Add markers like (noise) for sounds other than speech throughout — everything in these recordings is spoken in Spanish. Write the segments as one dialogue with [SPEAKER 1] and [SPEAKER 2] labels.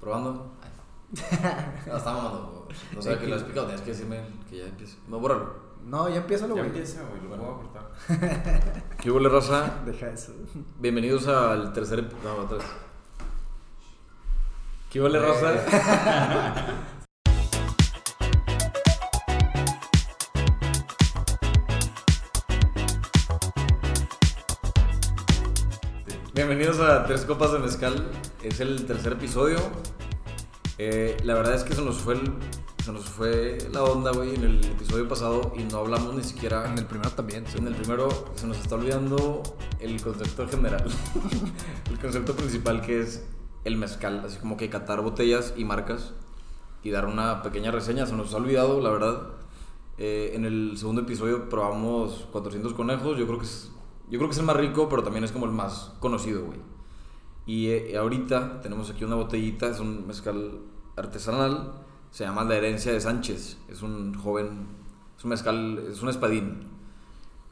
[SPEAKER 1] Probando. no, está mamando. güey. No sé que lo he explicado, tienes que decirme que ya empiezo. No, bórralo.
[SPEAKER 2] No, ya empieza lo
[SPEAKER 3] Ya
[SPEAKER 2] güey.
[SPEAKER 3] empieza, güey, lo voy a cortar.
[SPEAKER 1] ¿Qué huele raza?
[SPEAKER 2] Deja eso.
[SPEAKER 1] Bienvenidos al tercer. ep- No, atrás. ¿Qué huele raza? Bienvenidos a Tres Copas de Mezcal. Es el tercer episodio. Eh, la verdad es que se nos fue el- se nos fue la onda, güey, en el episodio pasado y no hablamos ni siquiera
[SPEAKER 4] En el primero también.
[SPEAKER 1] en el primero se nos está olvidando el concepto general, (laughs) el concepto principal que es el mezcal, así como que catar botellas y marcas y dar una pequeña reseña. Se nos ha olvidado, la verdad. Eh, en el segundo episodio probamos 400 conejos, yo creo que es, yo creo que es el más rico, pero también es como el más conocido, güey. Y eh, ahorita tenemos aquí una botellita, es un mezcal artesanal, se llama La Herencia de Sánchez, es un joven, es un mezcal, es un espadín.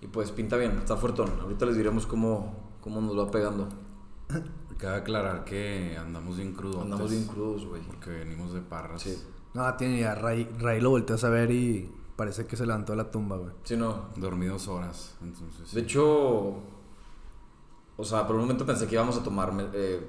[SPEAKER 1] Y pues pinta bien, está fuertón. Ahorita les diremos cómo, cómo nos va pegando.
[SPEAKER 4] Cabe aclarar que andamos bien crudos.
[SPEAKER 1] Andamos bien crudos, güey.
[SPEAKER 4] Porque venimos de parras.
[SPEAKER 1] Sí.
[SPEAKER 2] No, tiene ya. Ray, Ray lo volteas a ver y parece que se levantó de la tumba, güey.
[SPEAKER 1] Sí, no.
[SPEAKER 4] Dormidos horas. Entonces.
[SPEAKER 1] De hecho, o sea, por un momento pensé que íbamos a tomar me- eh,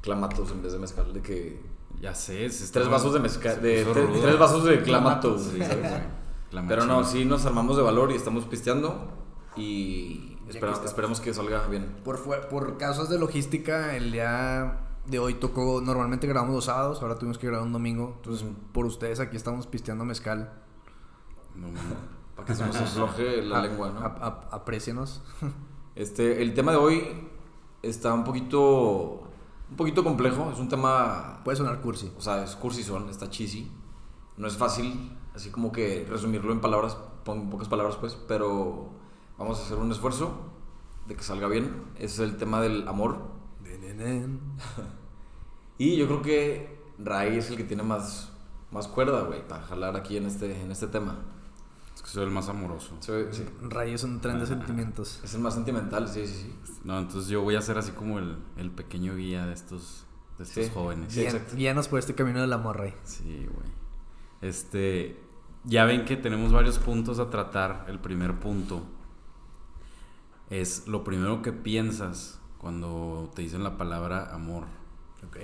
[SPEAKER 1] clamatos en vez de mezcal, de que
[SPEAKER 4] Ya sé. se está-
[SPEAKER 1] tres vasos de mezcal,
[SPEAKER 4] se
[SPEAKER 1] de
[SPEAKER 4] puso
[SPEAKER 1] tre-
[SPEAKER 4] rudo.
[SPEAKER 1] tres vasos de clamatos.
[SPEAKER 4] Sí,
[SPEAKER 1] güey,
[SPEAKER 4] sí,
[SPEAKER 1] ¿sabes?
[SPEAKER 4] güey. Clamato.
[SPEAKER 1] Pero no, sí nos armamos de valor y estamos pisteando y
[SPEAKER 2] Ya
[SPEAKER 1] espera-
[SPEAKER 2] que estamos.
[SPEAKER 1] esperemos que salga bien.
[SPEAKER 2] Por, fue- por casos de logística, el día de hoy tocó. Normalmente grabamos los sábados, ahora tuvimos que grabar un domingo. Entonces, por ustedes aquí estamos pisteando mezcal.
[SPEAKER 4] No, no.
[SPEAKER 1] Para que se nos afloje la
[SPEAKER 2] A-
[SPEAKER 1] lengua, ¿no?
[SPEAKER 2] a- a- aprécienos.
[SPEAKER 1] Este, el tema de hoy está un poquito, un poquito complejo. Es un tema,
[SPEAKER 2] Puede sonar cursi.
[SPEAKER 1] o sea, es cursizón, está cheesy. No es fácil, así como que resumirlo en palabras, en pocas palabras, pues. Pero vamos a hacer un esfuerzo de que salga bien. Es el tema del amor. Y yo creo que Ray es el que tiene más, más cuerda, güey, para jalar aquí en este, en este tema.
[SPEAKER 4] Es que soy el más amoroso.
[SPEAKER 1] Se- se-
[SPEAKER 2] Ray es un tren de sentimientos.
[SPEAKER 1] es el más sentimental, sí, sí, sí.
[SPEAKER 4] No, entonces yo voy a ser así como el, el pequeño guía de estos, de estos
[SPEAKER 1] Sí.
[SPEAKER 4] jóvenes.
[SPEAKER 1] Sí.
[SPEAKER 2] Guía-
[SPEAKER 1] exacto.
[SPEAKER 2] guíanos por este camino del amor, Ray.
[SPEAKER 4] Sí, güey. Este, ya ven que tenemos varios puntos a tratar. El primer punto es lo primero que piensas cuando te dicen la palabra amor.
[SPEAKER 2] Ok.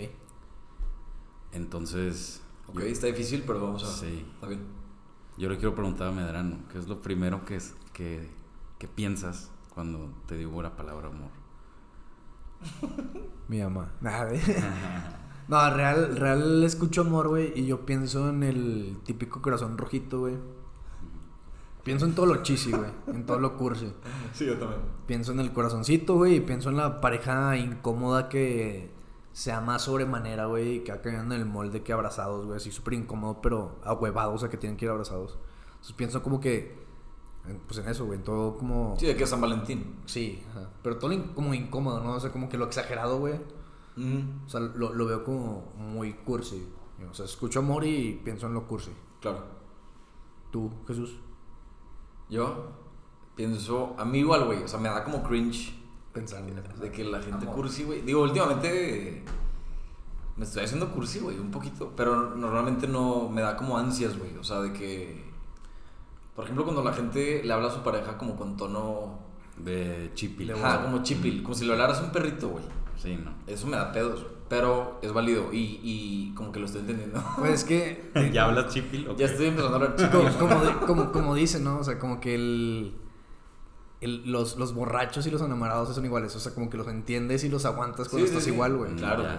[SPEAKER 4] Entonces,
[SPEAKER 1] Ok, está difícil, pero vamos a...
[SPEAKER 4] Sí.
[SPEAKER 1] Está bien.
[SPEAKER 4] yo le quiero preguntar a Medrano, ¿qué es lo primero que, es, que, que piensas cuando te digo la palabra amor?
[SPEAKER 2] Mi mamá. Nada, güey. (laughs) No, real, real escucho amor, güey, y yo pienso en el típico corazón rojito, güey. Pienso en todo lo chisi, güey, en todo lo cursi.
[SPEAKER 1] (laughs) Sí, yo también.
[SPEAKER 2] Pienso en el corazoncito, güey, y pienso en la pareja incómoda que se ama sobremanera, güey, y que va cayendo en el molde que abrazados, güey, así súper incómodo, pero ahuevados, o sea, que tienen que ir abrazados. Entonces pienso como que, en- pues en eso, güey, en todo como...
[SPEAKER 1] Sí, de que San Valentín.
[SPEAKER 2] Sí, ajá. pero todo lo in- como incómodo, ¿no? O sea, como que lo exagerado, güey.
[SPEAKER 1] Mm.
[SPEAKER 2] O sea, lo, lo veo como muy cursi. O sea, escucho amor y pienso en lo cursi.
[SPEAKER 1] Claro.
[SPEAKER 2] Tú, Jesús,
[SPEAKER 1] Yo pienso, a mí igual, güey. O sea, me da como cringe
[SPEAKER 2] pensar en
[SPEAKER 1] Pues de que la gente
[SPEAKER 2] Amor.
[SPEAKER 1] cursi, güey. Digo, últimamente eh, me estoy haciendo cursi, güey, un poquito. Pero normalmente no me da como ansias, güey. O sea, de que. Por ejemplo, cuando la gente le habla a su pareja como con tono.
[SPEAKER 4] De chipil. Ah, mm,
[SPEAKER 1] Ajá, como chipil. Como si le hablaras a un perrito, güey.
[SPEAKER 4] Sí, no.
[SPEAKER 1] Eso me da pedos. Pero es válido y, y como que lo estoy entendiendo.
[SPEAKER 2] Pues es que,
[SPEAKER 4] ¿Ya hablas chipil?
[SPEAKER 1] (laughs) ya estoy empezando a hablar
[SPEAKER 2] co-
[SPEAKER 1] chipil.
[SPEAKER 2] como, di- como, como dicen, ¿no? O sea, como que el, el- los, los borrachos y los enamorados son iguales. O sea, como que los entiendes y los aguantas cuando
[SPEAKER 1] Sí, sí,
[SPEAKER 2] estás
[SPEAKER 1] sí.
[SPEAKER 2] igual, güey.
[SPEAKER 1] Claro.
[SPEAKER 4] mm, Ya.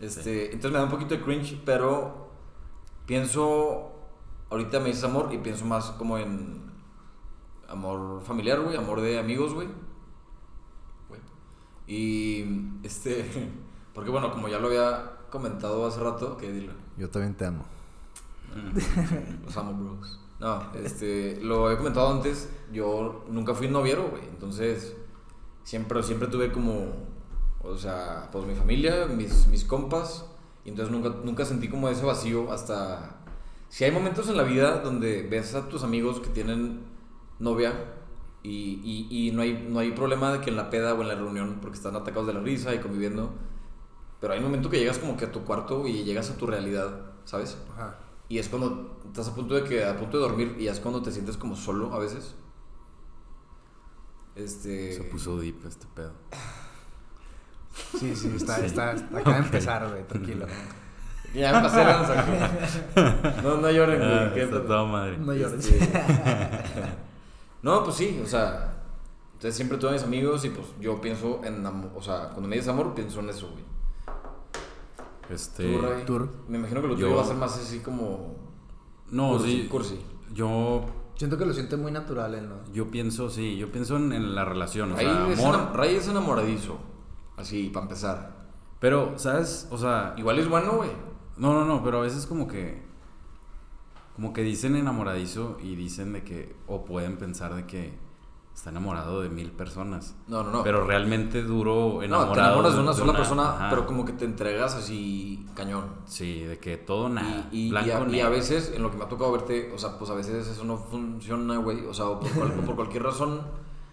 [SPEAKER 1] güey. Este, Entonces me da un poquito de cringe, pero pienso. Ahorita me dices amor y pienso más como en. Amor familiar, güey. Amor de amigos, güey. Güey. Y. Este. (laughs) Porque bueno, como ya lo había comentado hace rato, que dilo.
[SPEAKER 2] Yo también te amo.
[SPEAKER 1] Los amo, bros. No, este, lo he comentado antes, yo nunca fui noviero, güey. Entonces, siempre, siempre tuve como, o sea, pues mi familia, mis, mis compas. Y entonces nunca, nunca sentí como ese vacío hasta... Si hay momentos en la vida donde ves a tus amigos que tienen novia y, y- y no, hay, no hay problema de que en la peda o en la reunión, porque están atacados de la risa y conviviendo, Pero hay un momento que llegas como que a tu cuarto y llegas a tu realidad, ¿sabes?
[SPEAKER 2] Ajá.
[SPEAKER 1] Y es cuando estás a punto de que a punto de dormir y ya es cuando te sientes como solo a veces. Este
[SPEAKER 4] Se puso deep este pedo.
[SPEAKER 2] Sí, sí, está,
[SPEAKER 4] Sí.
[SPEAKER 2] está, está- acaba de empezar, güey, tranquilo.
[SPEAKER 1] ya me pasé de lanza. No, no lloren, güey,
[SPEAKER 4] Ah,
[SPEAKER 1] qué
[SPEAKER 4] está
[SPEAKER 1] tanto.
[SPEAKER 4] toda madre.
[SPEAKER 2] No llores.
[SPEAKER 1] No, pues sí, o sea, entonces siempre tuve a mis amigos y pues yo pienso en amor, o sea, cuando me dices amor pienso en eso, güey.
[SPEAKER 4] Este.
[SPEAKER 1] Tú, Ray,
[SPEAKER 2] Tú.
[SPEAKER 1] Me imagino que lo
[SPEAKER 4] Yo-
[SPEAKER 1] tuyo va a ser más así como
[SPEAKER 4] No,
[SPEAKER 1] cursi,
[SPEAKER 4] sí.
[SPEAKER 1] cursi.
[SPEAKER 4] Yo.
[SPEAKER 2] Siento que lo siente muy natural él, ¿no?
[SPEAKER 4] Yo pienso, sí, yo pienso en, en la relación, o
[SPEAKER 1] Ray,
[SPEAKER 4] sea,
[SPEAKER 1] es enam-
[SPEAKER 4] amor.
[SPEAKER 1] Ray es enamoradizo, así para empezar.
[SPEAKER 4] Pero, ¿sabes? O sea,
[SPEAKER 1] Igual es bueno, güey.
[SPEAKER 4] No, no, no, pero a veces como que. Como que dicen enamoradizo y dicen de que. O pueden pensar de que está enamorado de mil personas.
[SPEAKER 1] No, no, no.
[SPEAKER 4] Pero realmente duro enamorado.
[SPEAKER 1] no, te enamoras de una sola persona,
[SPEAKER 4] ajá.
[SPEAKER 1] pero como que te entregas así cañón.
[SPEAKER 4] Sí, de que todo nada.
[SPEAKER 1] Y, y- y
[SPEAKER 4] blanco,
[SPEAKER 1] a, y a
[SPEAKER 4] negro.
[SPEAKER 1] veces, en lo que me ha tocado verte, o sea, pues a veces eso no funciona, güey. O sea, o por, cual- o por cualquier razón.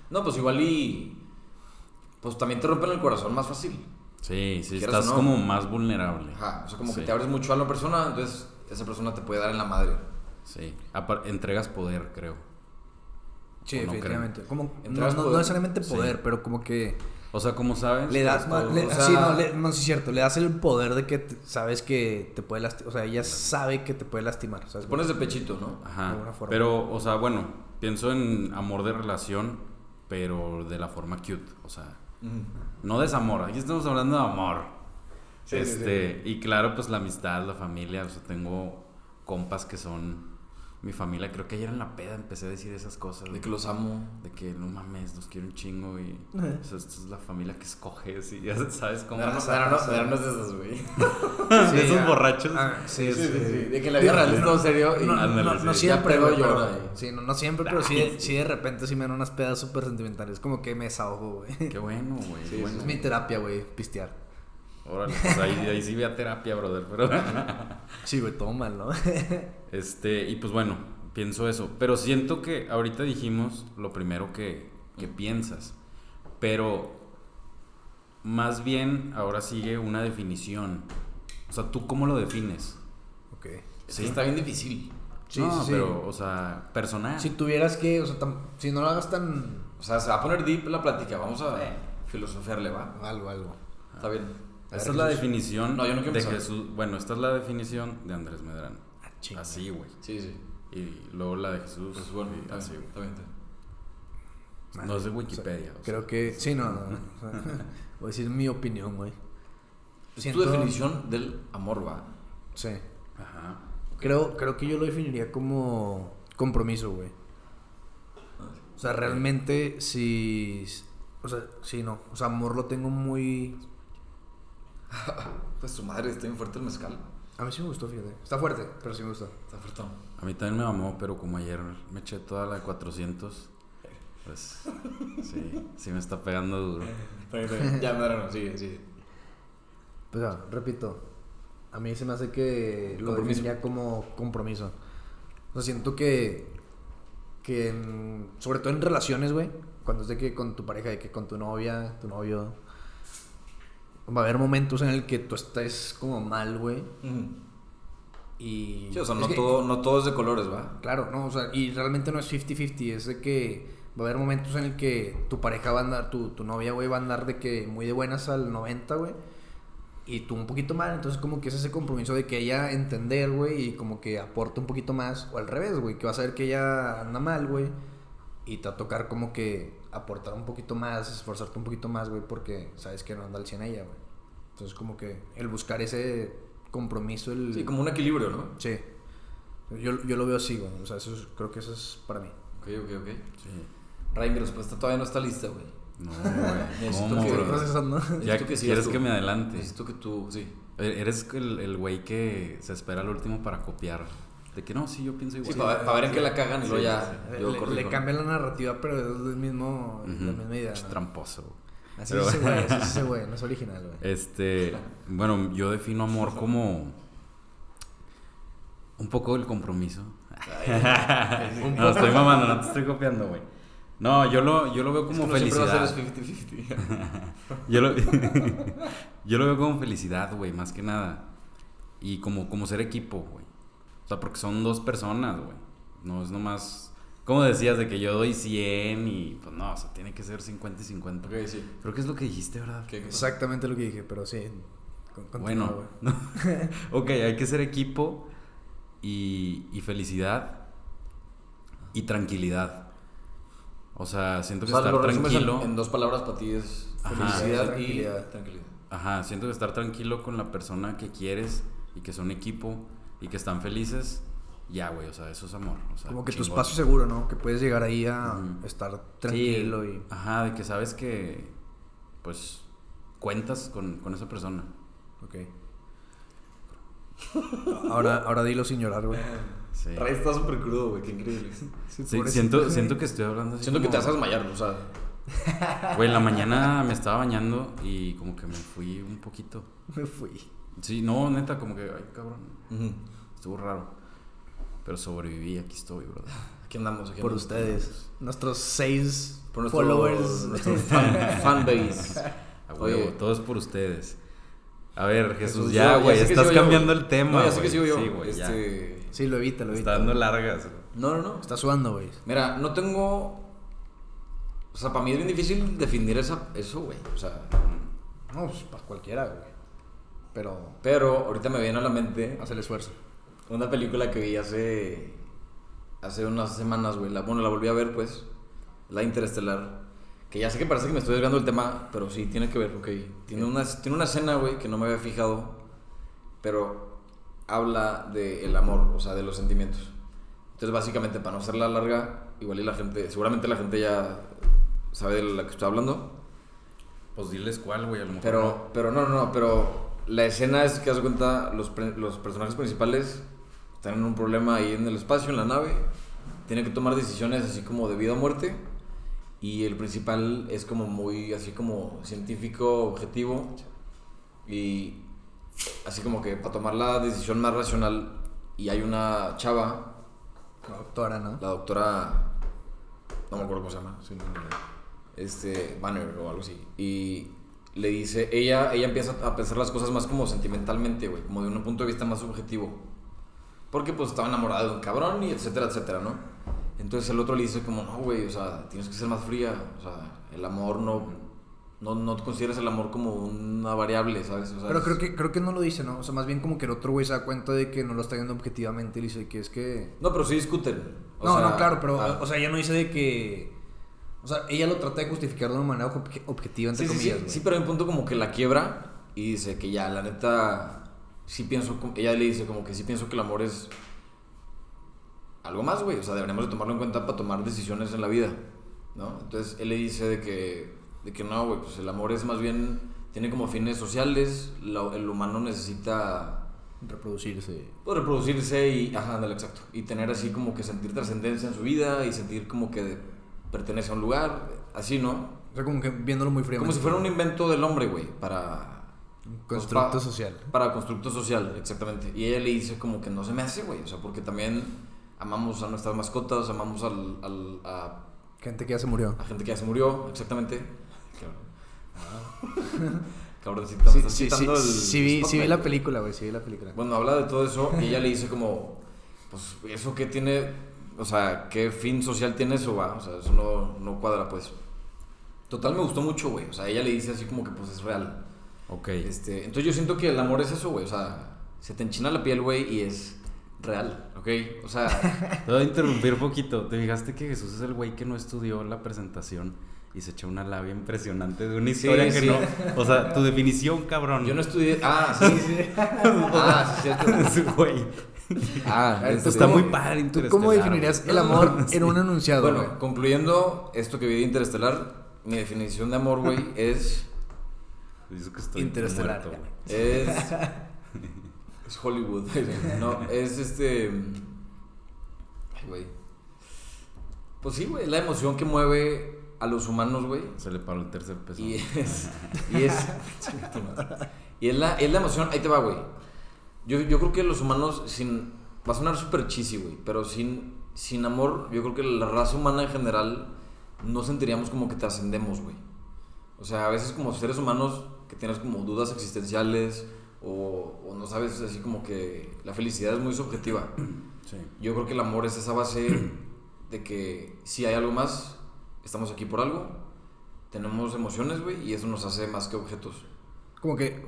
[SPEAKER 1] No, pues igual y. Pues también te rompen el corazón más fácil.
[SPEAKER 4] Sí, sí,
[SPEAKER 1] quieras o
[SPEAKER 4] estás
[SPEAKER 1] no.
[SPEAKER 4] como más vulnerable.
[SPEAKER 1] Ajá. O sea, como
[SPEAKER 4] Sí,
[SPEAKER 1] que te abres mucho a la persona, entonces esa persona te puede dar en la madre.
[SPEAKER 4] Sí. Apar- entregas poder, creo.
[SPEAKER 2] Sí,
[SPEAKER 4] ¿O no
[SPEAKER 2] definitivamente. Como, no,
[SPEAKER 1] Entregas
[SPEAKER 2] no- no
[SPEAKER 1] poder.
[SPEAKER 2] necesariamente poder,
[SPEAKER 4] Sí.
[SPEAKER 2] pero como que
[SPEAKER 4] O sea, como sabes.
[SPEAKER 2] le das
[SPEAKER 1] todo,
[SPEAKER 2] ma- le-
[SPEAKER 1] o sea-
[SPEAKER 2] sí, no, le- no, sí es cierto, le das el poder de que te- sabes que te puede lastimar, o sea, ella sabe que te puede lastimar, ¿sabes?
[SPEAKER 1] Te
[SPEAKER 2] (laughs)
[SPEAKER 1] pones de pechito, ¿no?
[SPEAKER 4] Ajá.
[SPEAKER 2] de alguna forma.
[SPEAKER 4] Pero, o sea, bueno, pienso en amor de relación, pero de la forma cute. O sea,
[SPEAKER 1] Ujú.
[SPEAKER 4] No desamor, aquí estamos hablando de amor.
[SPEAKER 1] Sí,
[SPEAKER 4] este, y claro, pues la amistad, la familia, o sea, tengo compas que son mi familia. Creo que ayer en la peda empecé a decir esas cosas.
[SPEAKER 1] De que los amo.
[SPEAKER 4] de que, no mames, los quiero un chingo y
[SPEAKER 2] Ajá.
[SPEAKER 1] Eh.
[SPEAKER 4] o sea, esta es la familia que escoges y ya (laughs) sabes cómo.
[SPEAKER 1] Darnos darnos de esas, güey.
[SPEAKER 4] de esos borrachos.
[SPEAKER 2] Ah, sí,
[SPEAKER 1] Sí,
[SPEAKER 2] sí,
[SPEAKER 1] sí, sí.
[SPEAKER 2] sí.
[SPEAKER 1] De que en la vida real es todo serio. Y
[SPEAKER 2] No, no,
[SPEAKER 4] Ándale,
[SPEAKER 2] no,
[SPEAKER 4] sí.
[SPEAKER 2] no
[SPEAKER 4] Ya
[SPEAKER 2] siempre,
[SPEAKER 1] pedo
[SPEAKER 2] güey, pero-
[SPEAKER 1] llora, güey.
[SPEAKER 2] Sí, no, no siempre, pero sí, de- sí de repente sí me dan unas pedas súper sentimentales. Como que me desahogo, güey. (laughs)
[SPEAKER 4] Qué bueno, güey.
[SPEAKER 1] Sí,
[SPEAKER 4] qué bueno.
[SPEAKER 2] Es mi terapia, güey, pistear.
[SPEAKER 4] Órale, pues ahí, ahí sí voy a terapia, brother. Pero.
[SPEAKER 2] Sí, güey, todo mal, ¿no? (laughs)
[SPEAKER 4] Este, y pues bueno, pienso eso. Pero siento que ahorita dijimos lo primero que, que piensas. Pero más bien ahora sigue una definición. O sea, ¿tú cómo lo defines?
[SPEAKER 2] ok.
[SPEAKER 1] Sí, está bien difícil.
[SPEAKER 2] Sí,
[SPEAKER 4] no,
[SPEAKER 2] sí, sí.
[SPEAKER 4] pero, o sea, personal.
[SPEAKER 2] Si tuvieras que, o sea, tam- si no lo hagas tan...
[SPEAKER 1] O sea, se va a poner deep la plática. Vamos a filosofiarle, va.
[SPEAKER 2] Algo, algo.
[SPEAKER 1] Está bien.
[SPEAKER 4] Esta es la
[SPEAKER 2] Jesús.
[SPEAKER 4] definición
[SPEAKER 1] No, yo no quiero
[SPEAKER 4] de
[SPEAKER 1] empezar.
[SPEAKER 4] Jesús. Bueno, esta es la definición de Andrés Medrano.
[SPEAKER 2] Ah, chinga.
[SPEAKER 4] Así, güey.
[SPEAKER 1] Sí, sí.
[SPEAKER 4] Y luego la de Jesús.
[SPEAKER 1] Pues bueno,
[SPEAKER 4] y
[SPEAKER 1] está
[SPEAKER 4] así,
[SPEAKER 1] bien,
[SPEAKER 4] güey.
[SPEAKER 1] está bien, está bien.
[SPEAKER 4] No es de Wikipedia. o sea.
[SPEAKER 2] Creo que... Sí, no, no. no. O sea, (laughs) voy a decir mi opinión, güey.
[SPEAKER 1] Es
[SPEAKER 2] Siento-
[SPEAKER 1] tu definición del amor, va.
[SPEAKER 2] Sí.
[SPEAKER 4] Ajá.
[SPEAKER 2] Creo, creo que yo lo definiría como compromiso, güey. O sea, realmente si... O sea, sí, no. O sea, amor lo tengo muy...
[SPEAKER 1] Pues su madre está bien fuerte el mezcal.
[SPEAKER 2] A mí sí me gustó, fíjate. Está fuerte, pero sí me gustó.
[SPEAKER 1] Está fuerte.
[SPEAKER 4] A mí también me mamó, pero como ayer me eché toda la de 400, pues sí, sí me está pegando duro.
[SPEAKER 1] Está bien, está bien. Ya, no, no, no, sigue, sigue.
[SPEAKER 2] Pues ya, repito. A mí se me hace que lo
[SPEAKER 1] Compromiso.
[SPEAKER 2] definiría como compromiso. O sea, siento que... Que en- sobre todo en relaciones, güey. Cuando es de que con tu pareja, de que con tu novia, tu novio... Va a haber momentos en el que tú estés como mal, güey.
[SPEAKER 1] Ujú.
[SPEAKER 2] Y...
[SPEAKER 1] Sí, o sea,
[SPEAKER 2] es
[SPEAKER 1] no
[SPEAKER 2] que-
[SPEAKER 1] todo, no todo es de colores, va.
[SPEAKER 2] Claro, no, o sea, y realmente no es 50-50, es de que va a haber momentos en el que tu pareja va a andar, tu, tu novia, güey, va a andar de que muy de buenas al 90, güey, y tú un poquito mal, entonces como que es ese compromiso de que ella entender, güey, y como que aporta un poquito más, o al revés, güey, que vas a ver que ella anda mal, güey, y te va a tocar como que aportar un poquito más, esforzarte un poquito más, güey, porque sabes que no anda al 100 ella, güey. Entonces como que el buscar ese compromiso, el...
[SPEAKER 1] Sí, como un equilibrio, ¿no?
[SPEAKER 2] Sí. Yo, yo lo veo así, güey. O sea, eso es- creo que eso es para mí.
[SPEAKER 1] Ok, ok, ok.
[SPEAKER 4] Sí.
[SPEAKER 1] Ray, mi respuesta todavía no está lista, güey.
[SPEAKER 4] No, güey.
[SPEAKER 1] Necesito
[SPEAKER 4] ¿Cómo,
[SPEAKER 1] que-
[SPEAKER 2] Estoy
[SPEAKER 4] bro?
[SPEAKER 2] procesando.
[SPEAKER 4] Ya
[SPEAKER 1] Necesito que sigas
[SPEAKER 4] quieres
[SPEAKER 1] tú.
[SPEAKER 4] que me adelante.
[SPEAKER 1] Necesito que tú, sí.
[SPEAKER 4] E- Eres el el güey que se espera al último para copiar. De que no, sí, yo pienso
[SPEAKER 1] Sí,
[SPEAKER 4] igual.
[SPEAKER 1] para, ver en qué la cagan y luego ya. Yo
[SPEAKER 2] le,
[SPEAKER 1] corrijo.
[SPEAKER 2] le cambia la narrativa, pero es el mismo,
[SPEAKER 4] Ujú.
[SPEAKER 2] la misma idea.
[SPEAKER 4] Es
[SPEAKER 2] ¿no?
[SPEAKER 4] tramposo.
[SPEAKER 2] Así
[SPEAKER 4] Pero-
[SPEAKER 2] es ese güey, así es ese güey. No es original, güey.
[SPEAKER 4] Este, bueno, yo defino amor como (laughs) un poco el compromiso. no, estoy mamando, no te estoy copiando, güey. No, yo lo, yo lo veo como
[SPEAKER 1] es que no siempre va a
[SPEAKER 4] felicidad.
[SPEAKER 1] ser 50-50.
[SPEAKER 4] Yo lo, (laughs) yo lo veo como felicidad, güey, más que nada. Y como, como ser equipo, güey. O sea, porque son dos personas, güey. No es nomás. Como decías, de que yo doy 100 y pues no, o sea, tiene que ser 50 y 50.
[SPEAKER 1] ok, sí.
[SPEAKER 4] Creo que es lo que dijiste, ¿verdad?
[SPEAKER 1] ¿Qué, qué pasa?
[SPEAKER 2] Exactamente lo que dije, pero sí. con- continúa,
[SPEAKER 4] Bueno,
[SPEAKER 2] güey.
[SPEAKER 4] (laughs) ok, hay que ser equipo y, y felicidad y tranquilidad. O sea, siento
[SPEAKER 1] O
[SPEAKER 4] que
[SPEAKER 1] sea,
[SPEAKER 4] Pues estar
[SPEAKER 1] lo resumes en,
[SPEAKER 4] tranquilo.
[SPEAKER 1] en dos palabras para ti es
[SPEAKER 4] Ajá.
[SPEAKER 1] felicidad y
[SPEAKER 2] Tranquilidad.
[SPEAKER 1] tranquilidad.
[SPEAKER 4] Ajá, siento que estar tranquilo con la persona que quieres y que son equipo y que están felices, ya, güey, o sea, eso es amor. o sea,
[SPEAKER 2] Como que tu
[SPEAKER 4] chingón.
[SPEAKER 2] espacio seguro, ¿no? Que puedes llegar ahí a
[SPEAKER 4] Ujú.
[SPEAKER 2] estar
[SPEAKER 4] Sí,
[SPEAKER 2] tranquilo y.
[SPEAKER 4] Ajá, de que sabes que, pues, cuentas con, con esa persona.
[SPEAKER 2] Ok. Ahora, ahora dilo sin llorar, güey.
[SPEAKER 4] Sí.
[SPEAKER 1] Ray está súper crudo, güey, qué increíble.
[SPEAKER 2] Sí,
[SPEAKER 4] Sí,
[SPEAKER 2] pobrecito,
[SPEAKER 4] siento,
[SPEAKER 2] güey.
[SPEAKER 4] siento que estoy hablando así
[SPEAKER 1] Siento que
[SPEAKER 4] como-
[SPEAKER 1] te vas a desmayar, o sea.
[SPEAKER 4] Güey, en la mañana me estaba bañando y como que me fui un poquito.
[SPEAKER 2] (laughs) Me fui.
[SPEAKER 4] Sí, no, neta, como que, ay, cabrón,
[SPEAKER 1] ujú.
[SPEAKER 4] estuvo raro. Pero sobreviví, aquí estoy, brother.
[SPEAKER 1] Aquí andamos, aquí
[SPEAKER 2] Por
[SPEAKER 1] andamos.
[SPEAKER 2] ustedes. Nuestros seis
[SPEAKER 1] Por nuestro,
[SPEAKER 2] followers.
[SPEAKER 4] (laughs)
[SPEAKER 1] Nuestro fan, fanbase.
[SPEAKER 4] A
[SPEAKER 1] Oye.
[SPEAKER 4] huevo, todo es por ustedes. A ver, Jesús,
[SPEAKER 1] Jesús,
[SPEAKER 4] Pues ya,
[SPEAKER 1] yo-
[SPEAKER 4] güey,
[SPEAKER 1] sé que
[SPEAKER 4] estás
[SPEAKER 1] sigo yo,
[SPEAKER 4] cambiando
[SPEAKER 1] güey.
[SPEAKER 4] el tema.
[SPEAKER 1] No, ya sé que
[SPEAKER 4] güey.
[SPEAKER 1] sigo yo.
[SPEAKER 4] Sí, güey, ya.
[SPEAKER 1] este...
[SPEAKER 2] Sí, lo evita, lo
[SPEAKER 4] Está
[SPEAKER 2] evita.
[SPEAKER 4] dando largas. güey.
[SPEAKER 1] No, no, no.
[SPEAKER 2] Está sudando, güey.
[SPEAKER 1] Mira, no tengo. O sea, para mí es bien difícil definir esa, eso, güey. O sea,
[SPEAKER 2] No, pues para cualquiera, güey. Pero
[SPEAKER 1] pero ahorita me viene a la mente
[SPEAKER 2] hace el esfuerzo.
[SPEAKER 1] una película que vi hace. Hace unas semanas, güey. La- bueno, la volví a ver, pues. La Interestelar. Que ya sé que parece que me estoy desviando el tema, pero sí, tiene que ver, ok. Tiene una, tiene una escena, güey, que no me había fijado. Pero habla del amor, o sea, de los sentimientos. Entonces, básicamente, para no hacerla larga, igual y la gente. Seguramente la gente ya sabe de la que estoy hablando.
[SPEAKER 4] Pues diles cuál, güey, a lo mejor.
[SPEAKER 1] Pero, pero no, no, no, pero la escena es que haz de cuenta, los, pre- los personajes principales tienen un problema ahí en el espacio, en la nave, tienen que tomar decisiones así como de vida o muerte, y el principal es como muy, así como científico, objetivo, y así como que para tomar la decisión más racional, y hay una chava,
[SPEAKER 2] La doctora, ¿no?
[SPEAKER 1] la doctora. No me acuerdo cómo se llama. sí, no me acuerdo. Este. Banner o algo así. Y le dice. Ella, ella empieza a pensar las cosas más como sentimentalmente, güey. Como de un punto de vista más subjetivo. Porque pues estaba enamorada de un cabrón y etcétera, etcétera, ¿no? Entonces el otro le dice como, no, güey, o sea, tienes que ser más fría. O sea, el amor no. No, no te consideras el amor como una variable, ¿sabes? O sea,
[SPEAKER 2] Pero
[SPEAKER 1] es-
[SPEAKER 2] creo que, creo que no lo dice, ¿no? O sea, más bien como que el otro güey se da cuenta de que no lo está viendo objetivamente y le dice que es que...
[SPEAKER 1] No, pero sí discuten. o
[SPEAKER 2] no,
[SPEAKER 1] sea,
[SPEAKER 2] no, claro, pero,
[SPEAKER 1] ah,
[SPEAKER 2] o sea, ella no dice de que... O sea, ella lo trata de justificar de una manera obje- objetiva, entre
[SPEAKER 1] Sí, sí, sí,
[SPEAKER 2] comillas, güey.
[SPEAKER 1] sí, pero hay un punto como que la quiebra y dice que ya, la neta, sí pienso, como- ella le dice como que sí pienso que el amor es algo más, güey, o sea, deberíamos de tomarlo en cuenta para tomar decisiones en la vida, ¿no? Entonces él le dice de que, de que no, güey, pues el amor es más bien, tiene como fines sociales, la- el humano necesita
[SPEAKER 2] Reproducirse.
[SPEAKER 1] pues, reproducirse y, ajá, ándale, exacto, y tener así como que sentir trascendencia en su vida y sentir como que pertenece a un lugar, así, ¿no?
[SPEAKER 2] O sea, como que viéndolo muy fríamente.
[SPEAKER 1] Como si fuera un invento del hombre, güey, para...
[SPEAKER 2] Un
[SPEAKER 1] pues,
[SPEAKER 2] constructo
[SPEAKER 1] pa-
[SPEAKER 2] social.
[SPEAKER 1] Para constructo social, exactamente. Y ella le dice como que no se me hace, güey. O sea, porque también amamos a nuestras mascotas, amamos al, al- a,
[SPEAKER 2] Gente que ya se murió.
[SPEAKER 1] a gente que ya se murió, exactamente. Cabrón. (laughs) Cabroncito, me
[SPEAKER 2] Sí,
[SPEAKER 1] estás
[SPEAKER 2] sí, sí,
[SPEAKER 1] quitando el
[SPEAKER 2] sí vi, sí vi
[SPEAKER 1] spotlight,
[SPEAKER 2] la
[SPEAKER 1] güey.
[SPEAKER 2] película, güey, sí vi la película.
[SPEAKER 1] Bueno, habla de todo eso y ella le dice como, pues, ¿eso qué tiene? O sea, ¿qué fin social tiene eso, va? O sea, eso no, no cuadra, pues. Total, me gustó mucho, güey. O sea, ella le dice así como que, pues, es real.
[SPEAKER 4] Ok.
[SPEAKER 1] Este, entonces yo siento que el amor es eso, güey. O sea, se te enchina la piel, güey, y es real, ¿ok? O
[SPEAKER 4] (laughs)
[SPEAKER 1] sea,
[SPEAKER 4] Te voy a interrumpir poquito. ¿Te fijaste que Jesús es el güey que no estudió la presentación y se echó una labia impresionante de una
[SPEAKER 1] Sí,
[SPEAKER 4] historia que
[SPEAKER 1] sí.
[SPEAKER 4] no. O sea, tu definición, cabrón. (laughs)
[SPEAKER 1] yo no estudié. Ah, sí, sí. Ah, sí, cierto.
[SPEAKER 4] Sí, güey.
[SPEAKER 1] Ah,
[SPEAKER 2] Esto
[SPEAKER 1] este,
[SPEAKER 4] Está muy
[SPEAKER 2] ¿Cómo-
[SPEAKER 4] padre.
[SPEAKER 2] ¿Tú cómo
[SPEAKER 4] Interestelar,
[SPEAKER 2] definirías
[SPEAKER 4] güey.
[SPEAKER 2] el amor
[SPEAKER 4] (laughs) No, no,
[SPEAKER 2] en un enunciado? güey?
[SPEAKER 1] Bueno, concluyendo esto que vi de Interestelar, mi definición de amor, güey, es.
[SPEAKER 4] Dice que estoy
[SPEAKER 2] Interestelar.
[SPEAKER 4] muerto, güey.
[SPEAKER 1] Es. Es Hollywood. No, es este. Ay, güey. Pues sí, güey, la emoción que mueve a los humanos, güey.
[SPEAKER 4] Se le paró el tercer peso.
[SPEAKER 1] Y es. Y es. Chinga tu madre. y es la, es la emoción. Ahí te va, güey. Yo, yo creo que los humanos, sin. Va a sonar súper cheesy, güey. Pero sin, sin amor, yo creo que la raza humana en general no sentiríamos como que trascendemos, güey. O sea, a veces como seres humanos que tienes como dudas existenciales o, o no sabes, así como que la felicidad es muy subjetiva.
[SPEAKER 4] Sí.
[SPEAKER 1] Yo creo que el amor es esa
[SPEAKER 2] (clears throat)
[SPEAKER 1] base de que si hay algo más, estamos aquí por algo, tenemos emociones, güey, y eso nos hace más que objetos.
[SPEAKER 2] Como que,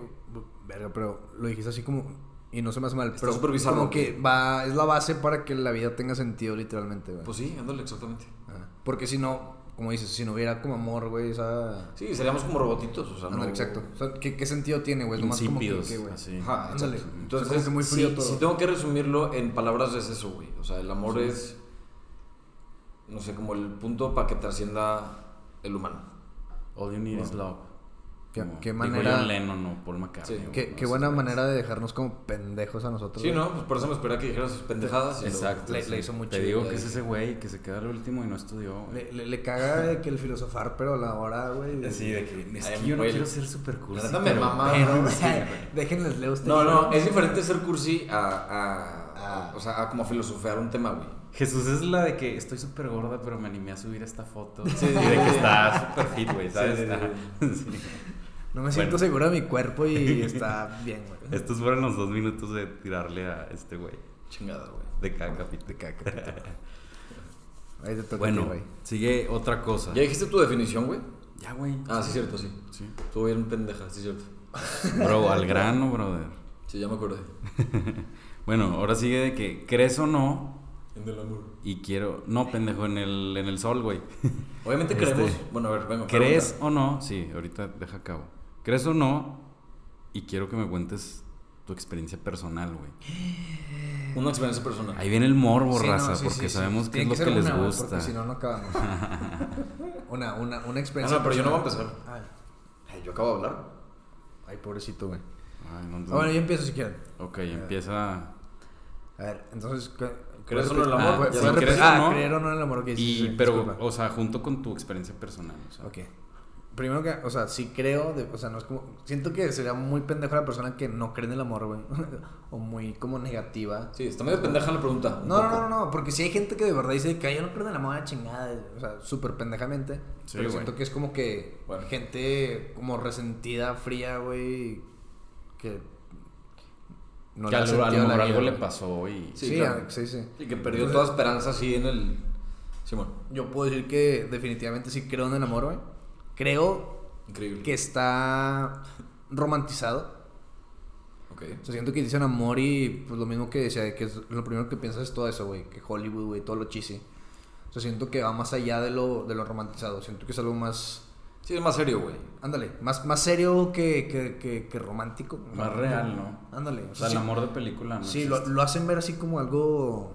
[SPEAKER 2] verga, pero lo dijiste así como, y no se me hace mal,
[SPEAKER 1] Está
[SPEAKER 2] pero
[SPEAKER 1] súper bizarro,
[SPEAKER 2] como
[SPEAKER 1] güey.
[SPEAKER 2] que va, es la base para que la vida tenga sentido literalmente, güey.
[SPEAKER 1] Pues sí, ándale, exactamente.
[SPEAKER 2] Ajá. Porque si no, como dices, si no hubiera como amor, güey, esa...
[SPEAKER 1] Sí, seríamos como robotitos, o sea,
[SPEAKER 2] Ándale,
[SPEAKER 1] no-
[SPEAKER 2] exacto. O sea, ¿qué, qué sentido tiene,
[SPEAKER 1] pues,
[SPEAKER 2] güey? Nomás como que,
[SPEAKER 4] Insípidos,
[SPEAKER 2] ¿qué, güey?
[SPEAKER 4] así.
[SPEAKER 1] Ajá, exacto.
[SPEAKER 2] Ándale. O sea,
[SPEAKER 1] Entonces,
[SPEAKER 2] como que muy frío
[SPEAKER 1] si,
[SPEAKER 2] todo.
[SPEAKER 1] si tengo que resumirlo en palabras, es eso, güey. O sea, el amor
[SPEAKER 4] Sí.
[SPEAKER 1] es, no sé, como el punto para que trascienda el humano.
[SPEAKER 4] All you need is love.
[SPEAKER 2] Qué-
[SPEAKER 4] Como
[SPEAKER 2] qué
[SPEAKER 4] dijo
[SPEAKER 2] manera-
[SPEAKER 4] John Lennon o Paul McCartney.
[SPEAKER 1] Sí,
[SPEAKER 4] o
[SPEAKER 2] Qué,
[SPEAKER 4] no
[SPEAKER 2] qué
[SPEAKER 4] sé,
[SPEAKER 2] buena
[SPEAKER 4] güey.
[SPEAKER 2] manera de dejarnos como pendejos a nosotros.
[SPEAKER 1] Sí,
[SPEAKER 2] güey.
[SPEAKER 1] ¿no? Pues por eso me esperaba que dijeras sus pendejadas. y luego-
[SPEAKER 4] Exacto.
[SPEAKER 2] Le-
[SPEAKER 4] sí.
[SPEAKER 2] le hizo muy
[SPEAKER 4] Te
[SPEAKER 2] chido,
[SPEAKER 4] digo
[SPEAKER 2] güey.
[SPEAKER 4] que es ese güey que se queda al último y no estudió. güey.
[SPEAKER 2] Le, le- le caga de que el filosofar, pero a la hora, güey. de-
[SPEAKER 4] Así de que es
[SPEAKER 1] Ay,
[SPEAKER 4] que yo no
[SPEAKER 1] güey.
[SPEAKER 4] quiero ser super cool.
[SPEAKER 1] La neta me mama.
[SPEAKER 2] Pero, (laughs) o
[SPEAKER 1] Sí,
[SPEAKER 2] sea,
[SPEAKER 1] güey.
[SPEAKER 2] déjenles leo este ustedes.
[SPEAKER 1] No, no, es diferente ser cursi a, a,
[SPEAKER 2] Ah.
[SPEAKER 1] o sea, a como filosofear un tema, güey.
[SPEAKER 4] Jesús es la de que estoy súper gorda, pero me animé a subir esta foto. Sí, de que está súper fit, güey, ¿sabes?
[SPEAKER 1] Sí, sí,
[SPEAKER 4] Ajá. (laughs) Sí.
[SPEAKER 2] No me siento
[SPEAKER 4] Bueno.
[SPEAKER 2] seguro de mi cuerpo
[SPEAKER 4] (laughs)
[SPEAKER 2] y está bien, güey.
[SPEAKER 4] Estos fueron los dos minutos de tirarle a este güey.
[SPEAKER 1] Chingada, güey.
[SPEAKER 4] De cada capítulo. De cada
[SPEAKER 2] Ahí te toca a
[SPEAKER 4] Bueno,
[SPEAKER 2] ti, güey.
[SPEAKER 4] sigue otra cosa.
[SPEAKER 1] ¿Ya dijiste tu definición, güey?
[SPEAKER 4] Ya, güey.
[SPEAKER 1] Ah, sí, cierto, sí.
[SPEAKER 4] Ah. Sí.
[SPEAKER 1] Estuvo bien pendeja, sí, cierto.
[SPEAKER 4] Bro, al grano, brother.
[SPEAKER 1] Sí, ya me acordé.
[SPEAKER 4] Bueno, ahora sigue de que crees o no
[SPEAKER 1] En el amor.
[SPEAKER 4] y quiero... No, pendejo, en el, en el sol, güey.
[SPEAKER 1] Obviamente
[SPEAKER 4] Este-
[SPEAKER 1] creemos. Bueno, a ver, venga.
[SPEAKER 4] ¿Crees
[SPEAKER 1] pregunta.
[SPEAKER 4] o no? Sí, ahorita deja a cabo. ¿Crees o no? Y quiero que me cuentes tu experiencia personal, güey.
[SPEAKER 1] Una experiencia personal.
[SPEAKER 4] Ahí viene el morbo,
[SPEAKER 2] Sí, no,
[SPEAKER 4] raza,
[SPEAKER 2] sí,
[SPEAKER 4] porque
[SPEAKER 2] sí, sí.
[SPEAKER 4] sabemos qué es
[SPEAKER 2] Tiene
[SPEAKER 4] lo que,
[SPEAKER 2] ser
[SPEAKER 4] les
[SPEAKER 2] una, güey,
[SPEAKER 4] gusta.
[SPEAKER 2] Porque si no, no acabamos. (laughs) una, una, una
[SPEAKER 1] Ah,
[SPEAKER 2] experiencia.
[SPEAKER 1] no, pero yo no voy a
[SPEAKER 2] personal.
[SPEAKER 1] empezar. Ay, yo acabo de hablar.
[SPEAKER 2] Ay, pobrecito, güey.
[SPEAKER 4] Ay, no,
[SPEAKER 2] Ah, bueno, yo empiezo si quieren.
[SPEAKER 4] Ok, empieza.
[SPEAKER 2] A ver, entonces. ¿qué-
[SPEAKER 1] ¿Crees o
[SPEAKER 2] puedes
[SPEAKER 1] no en el amor?
[SPEAKER 2] repetir?
[SPEAKER 4] Ah,
[SPEAKER 2] ¿Puedes
[SPEAKER 4] ya
[SPEAKER 2] repetir?
[SPEAKER 4] sé, ¿crees o
[SPEAKER 2] Ah,
[SPEAKER 4] no?
[SPEAKER 2] creer o no en el amor que dices,
[SPEAKER 4] y,
[SPEAKER 2] sí,
[SPEAKER 4] pero,
[SPEAKER 2] disculpa.
[SPEAKER 4] o sea, junto con tu experiencia personal. O sea,
[SPEAKER 2] Ok. Primero que, o sea, sí creo, de- o sea, no es como. Siento que sería muy pendeja la persona que no cree en el amor, güey. (laughs) o muy como negativa.
[SPEAKER 1] Sí, está medio pendeja la pregunta. un
[SPEAKER 2] No, no,
[SPEAKER 1] poco.
[SPEAKER 2] no, no, no, porque si hay gente que de verdad dice que "Ay, yo no creo en el amor, chingada, o sea, súper pendejamente.
[SPEAKER 4] Sí,
[SPEAKER 2] pero
[SPEAKER 4] güey.
[SPEAKER 2] siento que es como que
[SPEAKER 1] Bueno.
[SPEAKER 2] gente como resentida, fría, güey, que. No
[SPEAKER 4] que
[SPEAKER 2] ha
[SPEAKER 4] a lo- a lo
[SPEAKER 2] sentido la
[SPEAKER 4] mejor
[SPEAKER 2] vida,
[SPEAKER 4] algo le
[SPEAKER 2] güey.
[SPEAKER 4] pasó y.
[SPEAKER 1] Sí,
[SPEAKER 2] Sí,
[SPEAKER 1] claro.
[SPEAKER 2] a- sí, sí.
[SPEAKER 1] Y que perdió toda esperanza así en el. Simón.
[SPEAKER 2] Yo puedo decir que definitivamente sí creo en el amor, güey. Creo
[SPEAKER 4] Mm.
[SPEAKER 1] Increíble.
[SPEAKER 2] que está romantizado.
[SPEAKER 1] Ok.
[SPEAKER 2] O sea, siento que dicen amor y pues lo mismo que decía, que es lo primero que piensas es todo eso, güey, que Hollywood, güey, todo lo cheesy. O sea, siento que va más allá de lo, de lo romantizado, siento que es algo más,
[SPEAKER 1] Sí, es más serio, güey.
[SPEAKER 2] ándale, más, más serio que, que, que, que romántico.
[SPEAKER 4] Más real, ¿no?
[SPEAKER 2] Ándale, o
[SPEAKER 4] O
[SPEAKER 2] sea,
[SPEAKER 4] sea, el
[SPEAKER 2] sí,
[SPEAKER 4] amor de película, ¿no?
[SPEAKER 2] sí, lo,
[SPEAKER 4] existe.
[SPEAKER 2] lo hacen ver así como algo,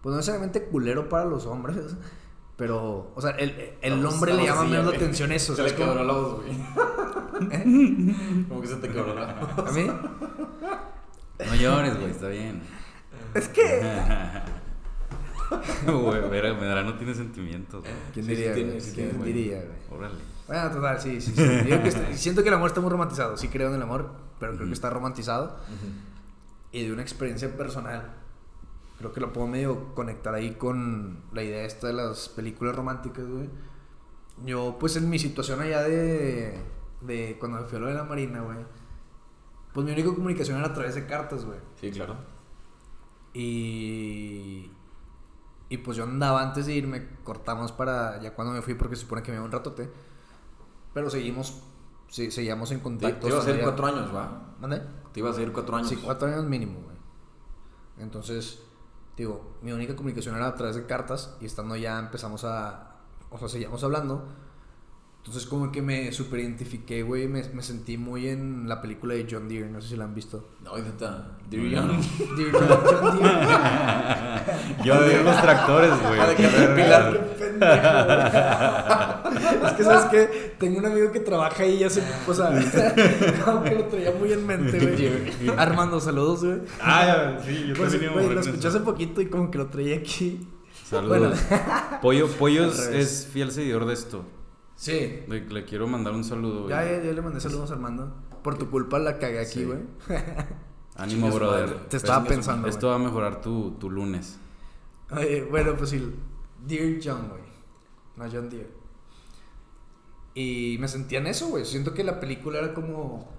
[SPEAKER 2] pues no necesariamente culero para los hombres, (laughs) pero, o sea, el, el hombre le llama menos la atención eso. o
[SPEAKER 1] Se
[SPEAKER 2] sea,
[SPEAKER 1] le
[SPEAKER 2] es como-
[SPEAKER 1] quebró la voz, güey. Como que se te quebró
[SPEAKER 2] (laughs)
[SPEAKER 1] la voz.
[SPEAKER 2] ¿A
[SPEAKER 1] (laughs)
[SPEAKER 2] mí?
[SPEAKER 4] No llores, güey, está bien.
[SPEAKER 2] Es que...
[SPEAKER 4] Güey, verga, Medrano no tiene sentimientos, güey.
[SPEAKER 2] ¿Quién
[SPEAKER 1] Sí, sí
[SPEAKER 2] diría,
[SPEAKER 1] tiene,
[SPEAKER 2] güey?
[SPEAKER 1] sí
[SPEAKER 2] ¿Quién
[SPEAKER 1] tiene, güey.
[SPEAKER 2] diría, güey?
[SPEAKER 4] Órale.
[SPEAKER 2] Bueno, total, sí, sí. sí. Yo creo que está- siento que el amor está muy romantizado. Sí creo en el amor, pero creo
[SPEAKER 4] Ujú.
[SPEAKER 2] que está romantizado. Y de una experiencia personal, creo que lo puedo medio conectar ahí con la idea esta de las películas románticas, güey. Yo, pues en mi situación allá de, de cuando me fui a lo de la marina, güey, pues mi única comunicación era a través de cartas, güey.
[SPEAKER 1] Sí, claro.
[SPEAKER 2] Y. Y pues yo andaba antes de irme, cortamos para. Ya cuando me fui, porque se supone que me iba un ratote. Pero seguimos. sí, seguíamos en
[SPEAKER 1] Te,
[SPEAKER 2] contacto.
[SPEAKER 1] te ibas a ir
[SPEAKER 2] todavía.
[SPEAKER 1] cuatro años, ¿va?
[SPEAKER 2] ¿Mande?
[SPEAKER 1] Te ibas a ir cuatro años.
[SPEAKER 2] Sí, cuatro años mínimo, güey. Entonces, digo, mi única comunicación era a través de cartas. Y estando ya empezamos a. O sea, seguíamos hablando. Entonces, como que me superidentifiqué, güey. Me, me sentí muy en la película de John Deere. No sé si la
[SPEAKER 1] (laughs)
[SPEAKER 2] han visto.
[SPEAKER 1] No, intenta.
[SPEAKER 4] No,
[SPEAKER 1] Diría.
[SPEAKER 4] no.
[SPEAKER 2] Deere, John Deere.
[SPEAKER 4] Yo odio los tractores, güey.
[SPEAKER 1] Ah, de que Pilar.
[SPEAKER 2] Es que sabes que tengo un amigo que trabaja ahí y hace, o sea, (laughs) como que lo traía muy en mente, güey. Armando, saludos, güey.
[SPEAKER 4] Ah, sí, yo
[SPEAKER 2] Pues,
[SPEAKER 4] también iba a
[SPEAKER 2] güey,
[SPEAKER 4] morir
[SPEAKER 2] lo
[SPEAKER 4] en
[SPEAKER 2] escuché
[SPEAKER 4] eso.
[SPEAKER 2] hace poquito y como que lo traía aquí.
[SPEAKER 4] Saludos. Pollo, Pollo
[SPEAKER 2] Al
[SPEAKER 4] es,
[SPEAKER 2] revés.
[SPEAKER 4] es fiel seguidor de esto.
[SPEAKER 2] Sí.
[SPEAKER 4] Le, le quiero mandar un saludo.
[SPEAKER 2] Ya,
[SPEAKER 4] güey.
[SPEAKER 2] ya, ya le mandé saludos a Armando. Por tu culpa la cagué
[SPEAKER 4] Sí.
[SPEAKER 2] aquí, güey.
[SPEAKER 4] Ánimo,
[SPEAKER 1] Chingue Pues su madre.
[SPEAKER 4] brother.
[SPEAKER 2] Te estaba
[SPEAKER 1] chingue su
[SPEAKER 2] pensando.
[SPEAKER 4] Esto va a mejorar tu, tu lunes.
[SPEAKER 2] Oye, bueno, pues sí. Dear John, güey. No, John Deere. Y me sentía en eso, güey. Siento que la película era como.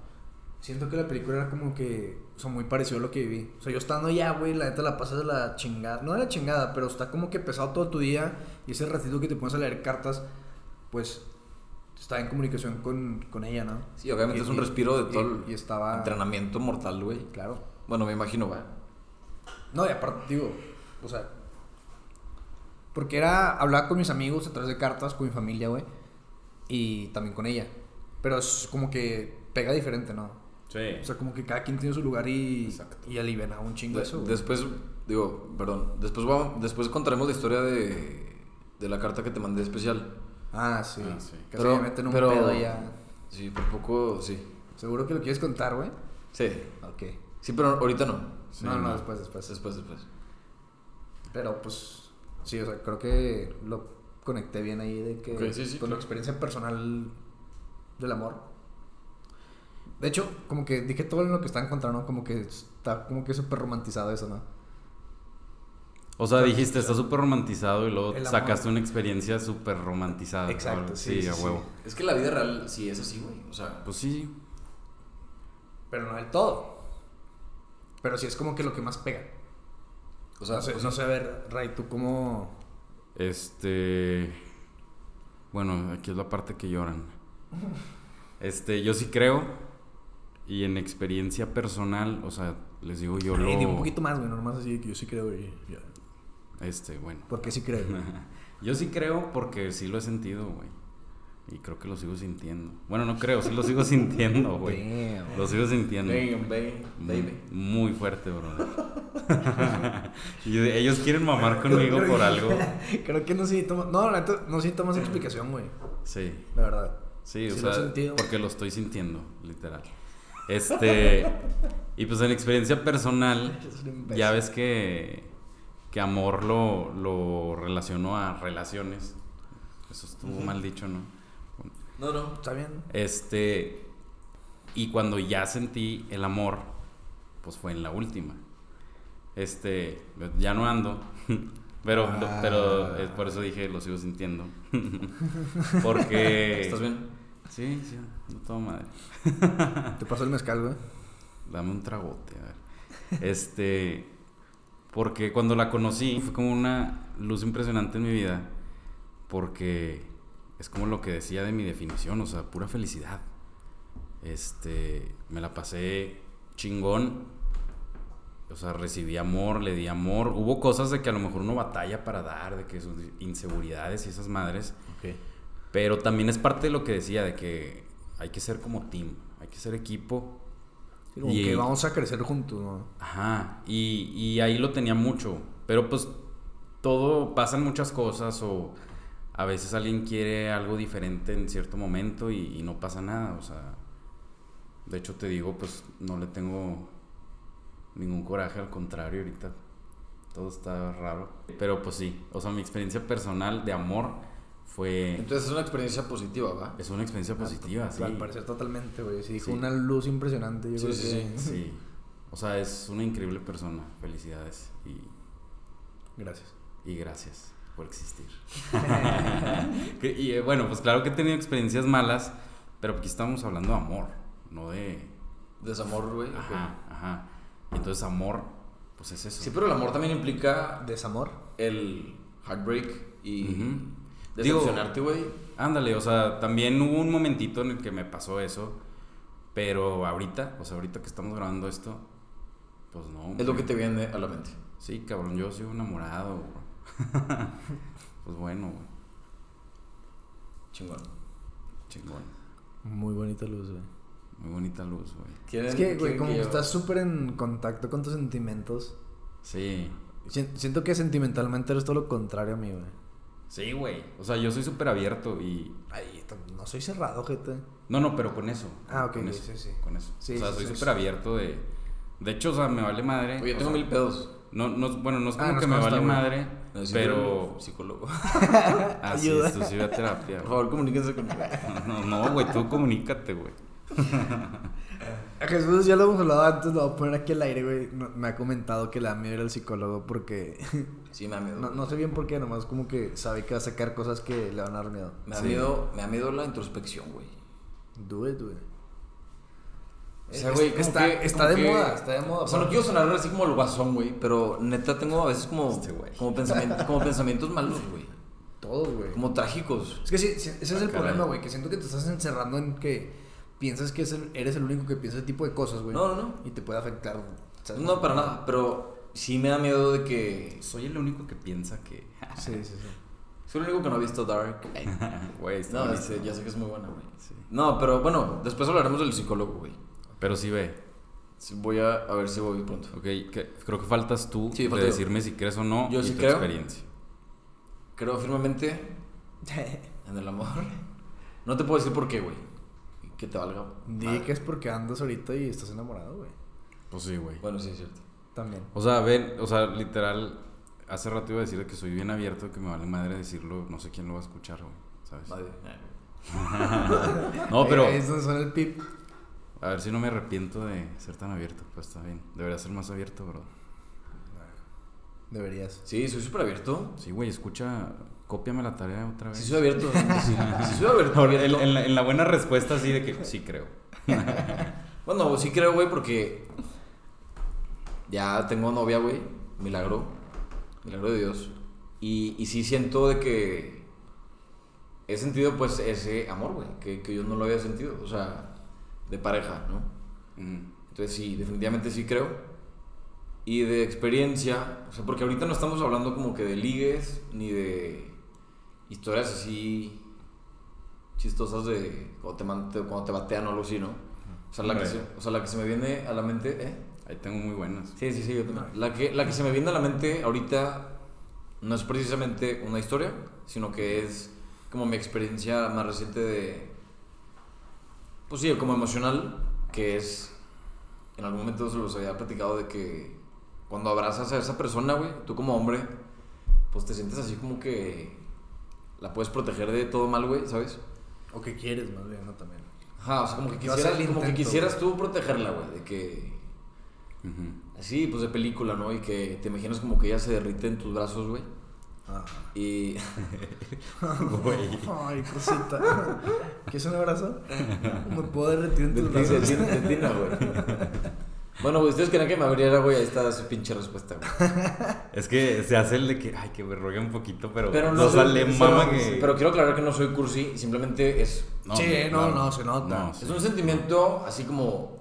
[SPEAKER 2] Siento que la película era como que. O sea, muy parecido a lo que viví. O sea, yo estando ya, güey, la neta la pasas de la chingada. No de la chingada, pero está como que pesado todo tu día. Y ese ratito que te pones a leer cartas, pues. Estaba en comunicación con, con ella, ¿no?
[SPEAKER 1] Sí, obviamente
[SPEAKER 2] Y-
[SPEAKER 1] es un
[SPEAKER 2] y-
[SPEAKER 1] respiro de
[SPEAKER 2] y-
[SPEAKER 1] todo el
[SPEAKER 2] Y estaba.
[SPEAKER 1] entrenamiento mortal, güey.
[SPEAKER 2] Claro.
[SPEAKER 1] Bueno, me imagino, va.
[SPEAKER 2] No, y aparte, digo, o sea. Porque era. Hablaba con mis amigos a través de cartas, con mi familia, güey. Y también con ella. Pero es como que pega diferente, ¿no?
[SPEAKER 4] Sí.
[SPEAKER 2] O sea, como que cada quien tiene su lugar y.
[SPEAKER 4] Exacto.
[SPEAKER 2] Y alivianaba un chingo
[SPEAKER 1] De-
[SPEAKER 2] eso, güey.
[SPEAKER 1] después, digo, perdón, después, vamos- después contaremos la historia de, de la carta que te mandé especial.
[SPEAKER 2] Ah, sí.
[SPEAKER 4] Ah, sí.
[SPEAKER 2] Casi
[SPEAKER 1] Pero-
[SPEAKER 2] me meten un
[SPEAKER 1] pero-
[SPEAKER 2] pedo ya.
[SPEAKER 1] Sí, por poco, sí.
[SPEAKER 2] ¿Seguro que lo quieres contar, güey?
[SPEAKER 1] Sí,
[SPEAKER 2] Ok.
[SPEAKER 1] sí, pero ahorita no.
[SPEAKER 4] Sí,
[SPEAKER 2] no, no,
[SPEAKER 4] no.
[SPEAKER 2] después, después.
[SPEAKER 1] Después, después.
[SPEAKER 2] Pero pues. Sí, o sea, creo que lo conecté bien ahí de que.
[SPEAKER 1] Ok, sí, sí,
[SPEAKER 2] con
[SPEAKER 1] claro.
[SPEAKER 2] la experiencia personal del amor. De hecho, como que dije todo lo que está encontrando, como que está como que súper romantizado eso, ¿no?
[SPEAKER 4] O sea, dijiste, está súper romantizado y luego
[SPEAKER 2] El amor.
[SPEAKER 4] sacaste una experiencia súper romantizada.
[SPEAKER 2] Exacto,
[SPEAKER 4] ¿no?
[SPEAKER 2] sí,
[SPEAKER 4] Sí,
[SPEAKER 2] sí,
[SPEAKER 4] a
[SPEAKER 2] sí.
[SPEAKER 4] huevo.
[SPEAKER 1] Es que la vida real sí es así, güey. O sea,
[SPEAKER 4] Pues sí.
[SPEAKER 2] Pero no del todo. Pero sí es como que lo que más pega.
[SPEAKER 1] o sea,
[SPEAKER 2] no sé,
[SPEAKER 1] pues,
[SPEAKER 2] no sé, a ver, Ray, tú cómo.
[SPEAKER 4] Este. Bueno, aquí es la parte que
[SPEAKER 2] (laughs)
[SPEAKER 4] lloran. Este, yo sí creo. Y en experiencia personal, o sea, les digo yo
[SPEAKER 2] Ay,
[SPEAKER 4] lo.
[SPEAKER 2] dime un poquito más, güey, nomás así de que yo sí creo y ya.
[SPEAKER 4] Este, bueno. (laughs)
[SPEAKER 2] Porque sí creo.
[SPEAKER 4] Yo sí creo porque sí lo he sentido, güey. Y creo que lo sigo sintiendo. Bueno, no creo, sí lo sigo (laughs) sintiendo, güey.
[SPEAKER 2] Damn.
[SPEAKER 4] Lo sigo sintiendo.
[SPEAKER 1] damn, babe,
[SPEAKER 4] Muy,
[SPEAKER 1] baby.
[SPEAKER 4] muy
[SPEAKER 2] (laughs)
[SPEAKER 4] fuerte, bro. (laughs) Y ellos quieren mamar conmigo por algo.
[SPEAKER 2] Creo que no necesito más. No, la neta, no necesito
[SPEAKER 4] (laughs)
[SPEAKER 2] más explicación, güey.
[SPEAKER 4] Sí,
[SPEAKER 2] La verdad.
[SPEAKER 4] sí, o
[SPEAKER 2] Sí lo he
[SPEAKER 4] sea,
[SPEAKER 2] sentido.
[SPEAKER 4] porque lo estoy sintiendo, literal. Este, y pues en experiencia personal,
[SPEAKER 2] Eres un imbécil.
[SPEAKER 4] ya ves que, que amor lo, lo relaciono a relaciones. Eso estuvo mal dicho, ¿no?
[SPEAKER 1] No, no.
[SPEAKER 2] Está bien.
[SPEAKER 4] Este. Y cuando ya sentí el amor, pues fue en la última. Este. Ya no ando. (laughs) Pero, lo-
[SPEAKER 2] Ah.
[SPEAKER 4] pero eh, por eso dije, lo sigo sintiendo. (laughs) Porque.
[SPEAKER 1] ¿Estás bien?
[SPEAKER 4] Sí, sí, no todo madre.
[SPEAKER 2] Te pasó el mezcal, güey.
[SPEAKER 4] Dame un tragote, a ver. Este. Porque cuando la conocí fue como una luz impresionante en mi vida. Porque es como lo que decía de mi definición, o sea, pura felicidad. Este. Me la pasé chingón. O sea, recibí amor, le di amor. Hubo cosas de que a lo mejor uno batalla para dar, de que sus inseguridades y esas madres.
[SPEAKER 2] Ok.
[SPEAKER 4] Pero también es parte de lo que decía, de que hay que ser como team, hay que ser equipo.
[SPEAKER 2] Como
[SPEAKER 4] Y-
[SPEAKER 2] que vamos a crecer juntos, ¿no?
[SPEAKER 4] Ajá, y, y ahí lo tenía mucho, pero pues todo, pasan muchas cosas o a veces alguien quiere algo diferente en cierto momento y, y no pasa nada, o sea, de hecho te digo, pues no le tengo ningún coraje, al contrario, ahorita todo está raro, pero pues sí, o sea, mi experiencia personal de amor fue...
[SPEAKER 1] Entonces es una experiencia positiva, ¿va?
[SPEAKER 4] Es una experiencia positiva, sí.
[SPEAKER 2] Al parecer totalmente, güey. Sí,
[SPEAKER 4] Sí.
[SPEAKER 2] fue una luz impresionante. Yo
[SPEAKER 1] Sí,
[SPEAKER 2] creo
[SPEAKER 1] sí,
[SPEAKER 2] que...
[SPEAKER 4] Sí. O sea, es una increíble persona. Felicidades y,
[SPEAKER 2] (laughs) Gracias.
[SPEAKER 4] y gracias
[SPEAKER 1] (laughs)
[SPEAKER 4] por existir. Que- y eh, bueno, pues claro que he tenido experiencias malas, pero aquí estamos hablando de amor, no de...
[SPEAKER 1] Desamor, güey. ok.
[SPEAKER 4] Ajá, ajá. Entonces amor, pues es eso.
[SPEAKER 1] Sí, pero el amor también implica
[SPEAKER 2] Desamor.
[SPEAKER 1] el heartbreak y
[SPEAKER 4] Ujú.
[SPEAKER 1] decepcionarte, güey.
[SPEAKER 4] Ándale, o sea, también hubo un momentito en el que me pasó eso, pero ahorita, o sea, ahorita que estamos grabando esto, pues no.
[SPEAKER 1] Es lo
[SPEAKER 4] güey.
[SPEAKER 1] que te viene a la mente.
[SPEAKER 4] Sí, cabrón, yo soy un enamorado. güey. (laughs) pues bueno, güey,
[SPEAKER 1] Chingón.
[SPEAKER 4] chingón.
[SPEAKER 2] Muy bonita luz, güey.
[SPEAKER 4] Muy bonita luz, güey.
[SPEAKER 1] ¿Quieren-
[SPEAKER 2] Es que, güey,
[SPEAKER 1] quieren
[SPEAKER 2] como que
[SPEAKER 1] yo-
[SPEAKER 2] estás súper en contacto con tus sentimientos.
[SPEAKER 4] Sí.
[SPEAKER 2] Sien- Siento que sentimentalmente eres todo lo contrario a mí, güey.
[SPEAKER 4] Sí, güey. O sea, yo soy súper abierto y...
[SPEAKER 2] Ay, t- no soy cerrado, gente.
[SPEAKER 4] No, no, pero con eso.
[SPEAKER 2] Ah, ok,
[SPEAKER 4] con
[SPEAKER 2] ok,
[SPEAKER 4] eso,
[SPEAKER 2] sí, sí.
[SPEAKER 4] Con eso.
[SPEAKER 2] Sí,
[SPEAKER 4] o sea,
[SPEAKER 2] sí,
[SPEAKER 4] soy
[SPEAKER 2] sí,
[SPEAKER 4] súper abierto de... De hecho, o sea, me vale madre.
[SPEAKER 1] Oye,
[SPEAKER 4] o
[SPEAKER 1] tengo
[SPEAKER 4] sea,
[SPEAKER 1] mil pedos.
[SPEAKER 4] No, no, bueno, no es
[SPEAKER 2] Ah,
[SPEAKER 4] como
[SPEAKER 2] nos
[SPEAKER 4] que me
[SPEAKER 2] consta,
[SPEAKER 4] vale
[SPEAKER 2] güey.
[SPEAKER 4] madre,
[SPEAKER 1] Necesito
[SPEAKER 4] pero...
[SPEAKER 1] un Psicólogo.
[SPEAKER 4] Ah, sí,
[SPEAKER 2] Ayuda.
[SPEAKER 4] esto sí va a terapia.
[SPEAKER 1] (laughs) Por
[SPEAKER 2] (laughs)
[SPEAKER 4] güey.
[SPEAKER 1] favor, comuníquense conmigo.
[SPEAKER 4] No, no, güey, tú comunícate, güey.
[SPEAKER 2] A Jesús ya lo hemos hablado antes, lo voy a poner aquí al aire, güey. No- me ha comentado que le da miedo ir al psicólogo porque. (laughs)
[SPEAKER 1] Sí, me da miedo.
[SPEAKER 2] no, no sé bien por qué, nomás como que sabe que va a sacar cosas que le van a dar miedo.
[SPEAKER 1] Me da
[SPEAKER 4] Sí.
[SPEAKER 1] miedo, me da miedo la introspección, güey.
[SPEAKER 2] Do it, güey.
[SPEAKER 1] O sea,
[SPEAKER 2] Es-
[SPEAKER 1] güey, como
[SPEAKER 2] está,
[SPEAKER 1] que-
[SPEAKER 2] está
[SPEAKER 1] como
[SPEAKER 2] de
[SPEAKER 1] que-
[SPEAKER 2] moda, está de moda.
[SPEAKER 1] O sea, no quiero sonar así como el guasón, güey, pero neta tengo a veces como,
[SPEAKER 4] Este güey.
[SPEAKER 1] como, pensamiento- como pensamientos malos, güey.
[SPEAKER 2] Todos, güey.
[SPEAKER 1] Como Ah, trágicos.
[SPEAKER 2] Es que sí, sí, ese es el
[SPEAKER 4] caray.
[SPEAKER 2] problema, güey. Que siento que te estás encerrando en que piensas que es el- eres el único que piensa ese tipo de cosas, güey.
[SPEAKER 1] No, no, no.
[SPEAKER 2] Y te puede afectar. ¿sabes?
[SPEAKER 1] No, para nada, pero sí me da miedo de que...
[SPEAKER 4] Soy el único que piensa que.
[SPEAKER 2] Sí,
[SPEAKER 1] (laughs)
[SPEAKER 2] sí, sí.
[SPEAKER 1] Soy el único que no ha visto Dark.
[SPEAKER 4] ah, Güey, está
[SPEAKER 1] No,
[SPEAKER 4] buenísimo.
[SPEAKER 1] este, ya sé que es muy buena, güey.
[SPEAKER 4] Sí.
[SPEAKER 1] No, pero bueno, después hablaremos del psicólogo, güey.
[SPEAKER 4] Pero sí ve.
[SPEAKER 1] Sí, Voy a, a ver si voy pronto.
[SPEAKER 4] Ok, que- creo que faltas tú
[SPEAKER 1] Sí,
[SPEAKER 4] de
[SPEAKER 1] falta yo.
[SPEAKER 4] decirme si crees o no
[SPEAKER 1] Yo
[SPEAKER 4] y
[SPEAKER 1] sí
[SPEAKER 4] tu
[SPEAKER 1] creo.
[SPEAKER 4] experiencia.
[SPEAKER 1] Creo firmemente en el amor. (laughs) No te puedo decir por qué, güey. Que te valga.
[SPEAKER 2] Di
[SPEAKER 1] madre.
[SPEAKER 2] que es porque andas ahorita y estás enamorado, güey.
[SPEAKER 4] Pues sí, güey.
[SPEAKER 1] Bueno, sí, es cierto.
[SPEAKER 2] También.
[SPEAKER 4] O sea, ven, o sea, literal, hace rato iba a decir que soy bien abierto, que me vale madre decirlo, no sé quién lo va a escuchar, güey, ¿sabes?
[SPEAKER 1] Nadie.
[SPEAKER 4] No, pero
[SPEAKER 1] Eh,
[SPEAKER 2] Ahí es donde suena el pip.
[SPEAKER 4] a ver si no me arrepiento de ser tan abierto, pues está bien. Debería ser más abierto, bro.
[SPEAKER 2] Deberías.
[SPEAKER 1] Sí, soy súper abierto.
[SPEAKER 4] Sí, güey, escucha, cópiame la tarea otra vez.
[SPEAKER 1] Sí, soy abierto. Sí, sí soy abierto.
[SPEAKER 4] Ahora, en,
[SPEAKER 1] abierto.
[SPEAKER 4] en la, en la buena respuesta, sí, de que sí creo.
[SPEAKER 1] Bueno, sí creo, güey, porque ya tengo novia, güey. Milagro. Milagro de Dios. Y, y sí siento de que he sentido, pues, ese amor, güey, que, que yo no lo había sentido. O sea, de pareja, ¿no?
[SPEAKER 4] Mm.
[SPEAKER 1] Entonces sí, definitivamente sí creo. Y de experiencia, o sea, porque ahorita no estamos hablando como que de ligues ni de historias así chistosas de cuando te, man- te- cuando te batean o algo así, ¿no? O sea, la que, se,
[SPEAKER 4] Hombre.
[SPEAKER 1] o sea, la que se me viene a la mente, ¿eh?
[SPEAKER 4] Ahí tengo muy buenas.
[SPEAKER 1] Sí, sí, sí, yo también. La que, la que se me viene a la mente ahorita no es precisamente una historia, sino que es como mi experiencia más reciente de. Pues sí, como emocional, que es. En algún momento se los había platicado de que cuando abrazas a esa persona, güey, tú como hombre, pues te sientes así como que la puedes proteger de todo mal, güey, ¿sabes?
[SPEAKER 2] O que quieres, más bien, no también.
[SPEAKER 1] Ajá, o sea, como que
[SPEAKER 2] Que vas
[SPEAKER 1] quisieras,
[SPEAKER 2] al
[SPEAKER 1] como que
[SPEAKER 2] intento,
[SPEAKER 1] quisieras tú protegerla, güey, de que
[SPEAKER 4] Ujú.
[SPEAKER 1] Así, pues de película, ¿no? Y que te imaginas como que ella se derrite en tus brazos, güey.
[SPEAKER 2] Ah.
[SPEAKER 1] Y.
[SPEAKER 4] Güey.
[SPEAKER 2] Ay, cosita. (laughs) ¿Quieres
[SPEAKER 1] (laughs)
[SPEAKER 2] un abrazo? Me puedo derretir en
[SPEAKER 1] De
[SPEAKER 2] tus
[SPEAKER 1] ti, de
[SPEAKER 2] brazos.
[SPEAKER 1] ti, de ti, no, güey. Bueno, güey, ustedes querían que me abriera, güey. Ahí está su pinche respuesta, güey.
[SPEAKER 4] Es que se hace el de que, ay, que me rogue un poquito, pero,
[SPEAKER 1] Pero no.
[SPEAKER 4] no
[SPEAKER 1] soy-
[SPEAKER 4] sale
[SPEAKER 1] pero-
[SPEAKER 4] mama que.
[SPEAKER 1] Pero quiero aclarar que no soy cursi, simplemente es.
[SPEAKER 4] No,
[SPEAKER 2] Sí, no,
[SPEAKER 4] claro.
[SPEAKER 2] no, se nota.
[SPEAKER 4] sí.
[SPEAKER 1] Es un sentimiento así como.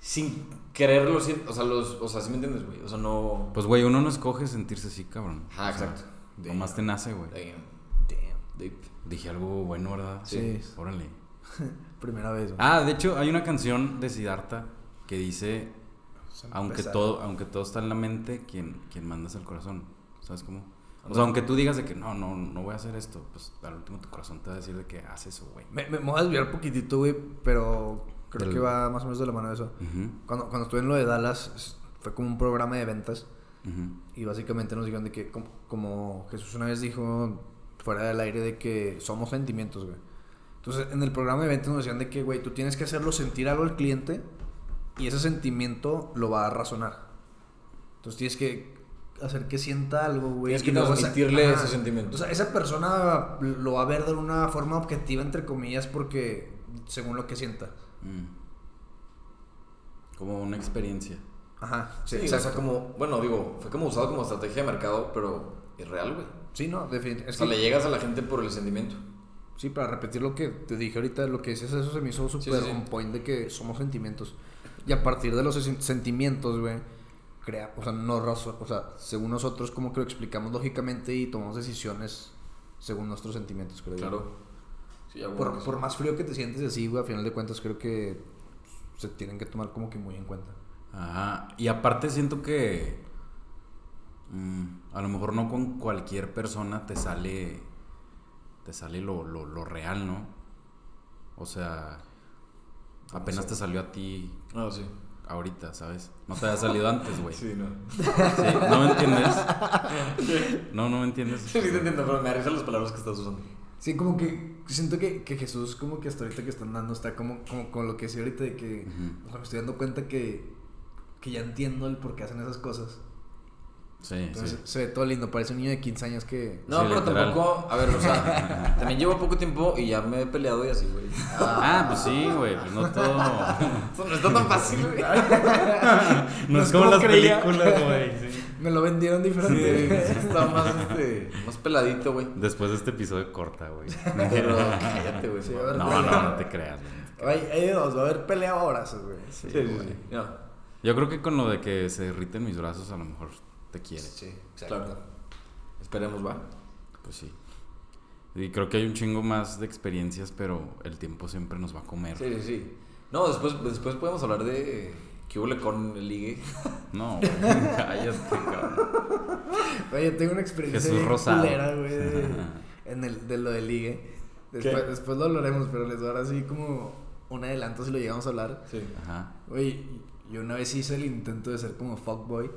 [SPEAKER 1] Sin querer lo siento. O sea, los. O sea, ¿sí me entiendes, güey? O sea, no.
[SPEAKER 4] Pues, güey, uno no escoge sentirse así, cabrón.
[SPEAKER 1] Ajá,
[SPEAKER 4] O sea,
[SPEAKER 1] exacto.
[SPEAKER 4] Nomás te nace, güey.
[SPEAKER 1] Damn.
[SPEAKER 2] Damn.
[SPEAKER 1] Deep.
[SPEAKER 4] Dije algo bueno, ¿verdad?
[SPEAKER 2] Sí.
[SPEAKER 4] Órale.
[SPEAKER 2] Primera vez, güey.
[SPEAKER 4] Ah, de hecho, hay una canción de Siddhartha que dice:
[SPEAKER 2] Se me
[SPEAKER 4] aunque
[SPEAKER 2] pesa.
[SPEAKER 4] todo, aunque todo está en la mente, quien, quien mandas al corazón. ¿Sabes cómo? O sea, aunque tú digas de que no, no, no voy a hacer esto, pues al último tu corazón te va a decir de que haz eso, güey.
[SPEAKER 2] Me, me, me voy a desviar poquitito, güey, pero creo
[SPEAKER 4] Del-
[SPEAKER 2] que va más o menos de la mano de eso.
[SPEAKER 4] Ujú,
[SPEAKER 2] Cuando, cuando estuve en lo de Dallas, es- fue como un programa de ventas
[SPEAKER 4] ujú.
[SPEAKER 2] y básicamente nos dijeron de que, com- como, Jesús una vez dijo fuera del aire, de que somos sentimientos, güey. Entonces, en el programa de ventas nos decían de que, güey, tú tienes que hacerlo sentir algo al cliente y ese sentimiento lo va a razonar. Entonces, tienes que hacer que sienta algo, güey.
[SPEAKER 1] Tienes
[SPEAKER 2] y
[SPEAKER 1] que
[SPEAKER 2] luego sa-
[SPEAKER 1] transmitirle
[SPEAKER 2] Ajá.
[SPEAKER 1] ese sentimiento.
[SPEAKER 2] O sea, esa persona lo va a ver de una forma objetiva, entre comillas, porque según lo que sienta.
[SPEAKER 4] Mm. Como una experiencia.
[SPEAKER 2] Ajá.
[SPEAKER 1] Sí, o
[SPEAKER 2] exacto.
[SPEAKER 1] sea, como. Bueno, digo, fue como usado como estrategia de mercado, pero es real, güey.
[SPEAKER 2] Sí, no, definitivamente.
[SPEAKER 1] O sea, le llegas a la gente por el sentimiento.
[SPEAKER 2] Sí, para repetir lo que te dije ahorita, lo que dices, eso se me hizo súper
[SPEAKER 1] sí, sí.
[SPEAKER 2] on point de que somos sentimientos. Y a partir de los sen- sentimientos, güey, crea, o sea, no razón, o sea, según nosotros como que lo explicamos lógicamente y tomamos decisiones según nuestros sentimientos, creo yo.
[SPEAKER 1] Claro. Sí, ya, güey,
[SPEAKER 2] Por,
[SPEAKER 1] pues,
[SPEAKER 2] por más frío que te sientes y así, güey, a final de cuentas creo que se tienen que tomar como que muy en cuenta.
[SPEAKER 4] Ajá. Y aparte siento que mm, a lo mejor no con cualquier persona te sale te sale lo, lo- lo real, ¿no? O sea, apenas te salió a ti
[SPEAKER 1] No, Ah, sí.
[SPEAKER 4] ahorita, ¿sabes? No te
[SPEAKER 1] (laughs)
[SPEAKER 4] había salido antes,
[SPEAKER 2] Pues
[SPEAKER 4] güey.
[SPEAKER 1] Sí, no. (laughs)
[SPEAKER 4] Sí, ¿No me entiendes? No, no me entiendes.
[SPEAKER 1] Sí, te entiendo, pero me arriesgan las palabras que estás usando.
[SPEAKER 2] Sí, como que siento que, que Jesús, como que hasta ahorita que están dando, está como, como con lo que decía ahorita de que
[SPEAKER 4] Ujú.
[SPEAKER 2] o sea, me estoy dando cuenta que, que ya entiendo el por qué hacen esas cosas.
[SPEAKER 4] Sí,
[SPEAKER 2] Entonces se ve todo lindo, parece un niño de 15 años que...
[SPEAKER 1] No,
[SPEAKER 4] Sí,
[SPEAKER 1] pero
[SPEAKER 4] literal.
[SPEAKER 1] tampoco. A ver, o sea, también llevo poco tiempo y ya me he peleado y así, güey. (laughs)
[SPEAKER 4] sí. Ah, pues sí, güey. Pues no todo.
[SPEAKER 1] Eso (laughs) no está tan fácil,
[SPEAKER 2] (laughs)
[SPEAKER 1] güey.
[SPEAKER 4] (laughs) No es como las películas, güey.
[SPEAKER 1] (laughs)
[SPEAKER 4] sí.
[SPEAKER 2] Me lo vendieron
[SPEAKER 1] Sí,
[SPEAKER 2] diferente. (laughs)
[SPEAKER 1] está más, este, más peladito, güey.
[SPEAKER 4] Después de este episodio
[SPEAKER 1] (laughs)
[SPEAKER 4] corta, güey.
[SPEAKER 1] Pero cállate, güey.
[SPEAKER 2] Sí,
[SPEAKER 1] no.
[SPEAKER 2] a ver,
[SPEAKER 4] No, no, no te creas, güey.
[SPEAKER 2] Hay, hay de dos, va a haber pelea ahora, güey.
[SPEAKER 1] Sí, sí, sí. No.
[SPEAKER 4] Yo creo que con lo de que se derriten mis brazos, a lo mejor te quiere.
[SPEAKER 1] Claro. Esperemos, va.
[SPEAKER 4] Pues sí. Y creo que hay un chingo más de experiencias, pero el tiempo siempre nos va a comer.
[SPEAKER 1] Sí, sí, sí. No, después, después podemos hablar de qué huele con el ligue.
[SPEAKER 4] No, güey. (laughs) Cállate, cabrón.
[SPEAKER 2] Oye, tengo una experiencia
[SPEAKER 4] Jesús
[SPEAKER 2] bien
[SPEAKER 4] Rosado.
[SPEAKER 2] culera, güey, de, en el, de lo de ligue. Después,
[SPEAKER 1] ¿Qué?
[SPEAKER 2] después lo hablaremos, pero les voy a dar así como un adelanto si lo llegamos a hablar.
[SPEAKER 1] Sí.
[SPEAKER 4] (laughs) Ajá.
[SPEAKER 2] Güey, yo una vez hice el intento de ser como fuckboy.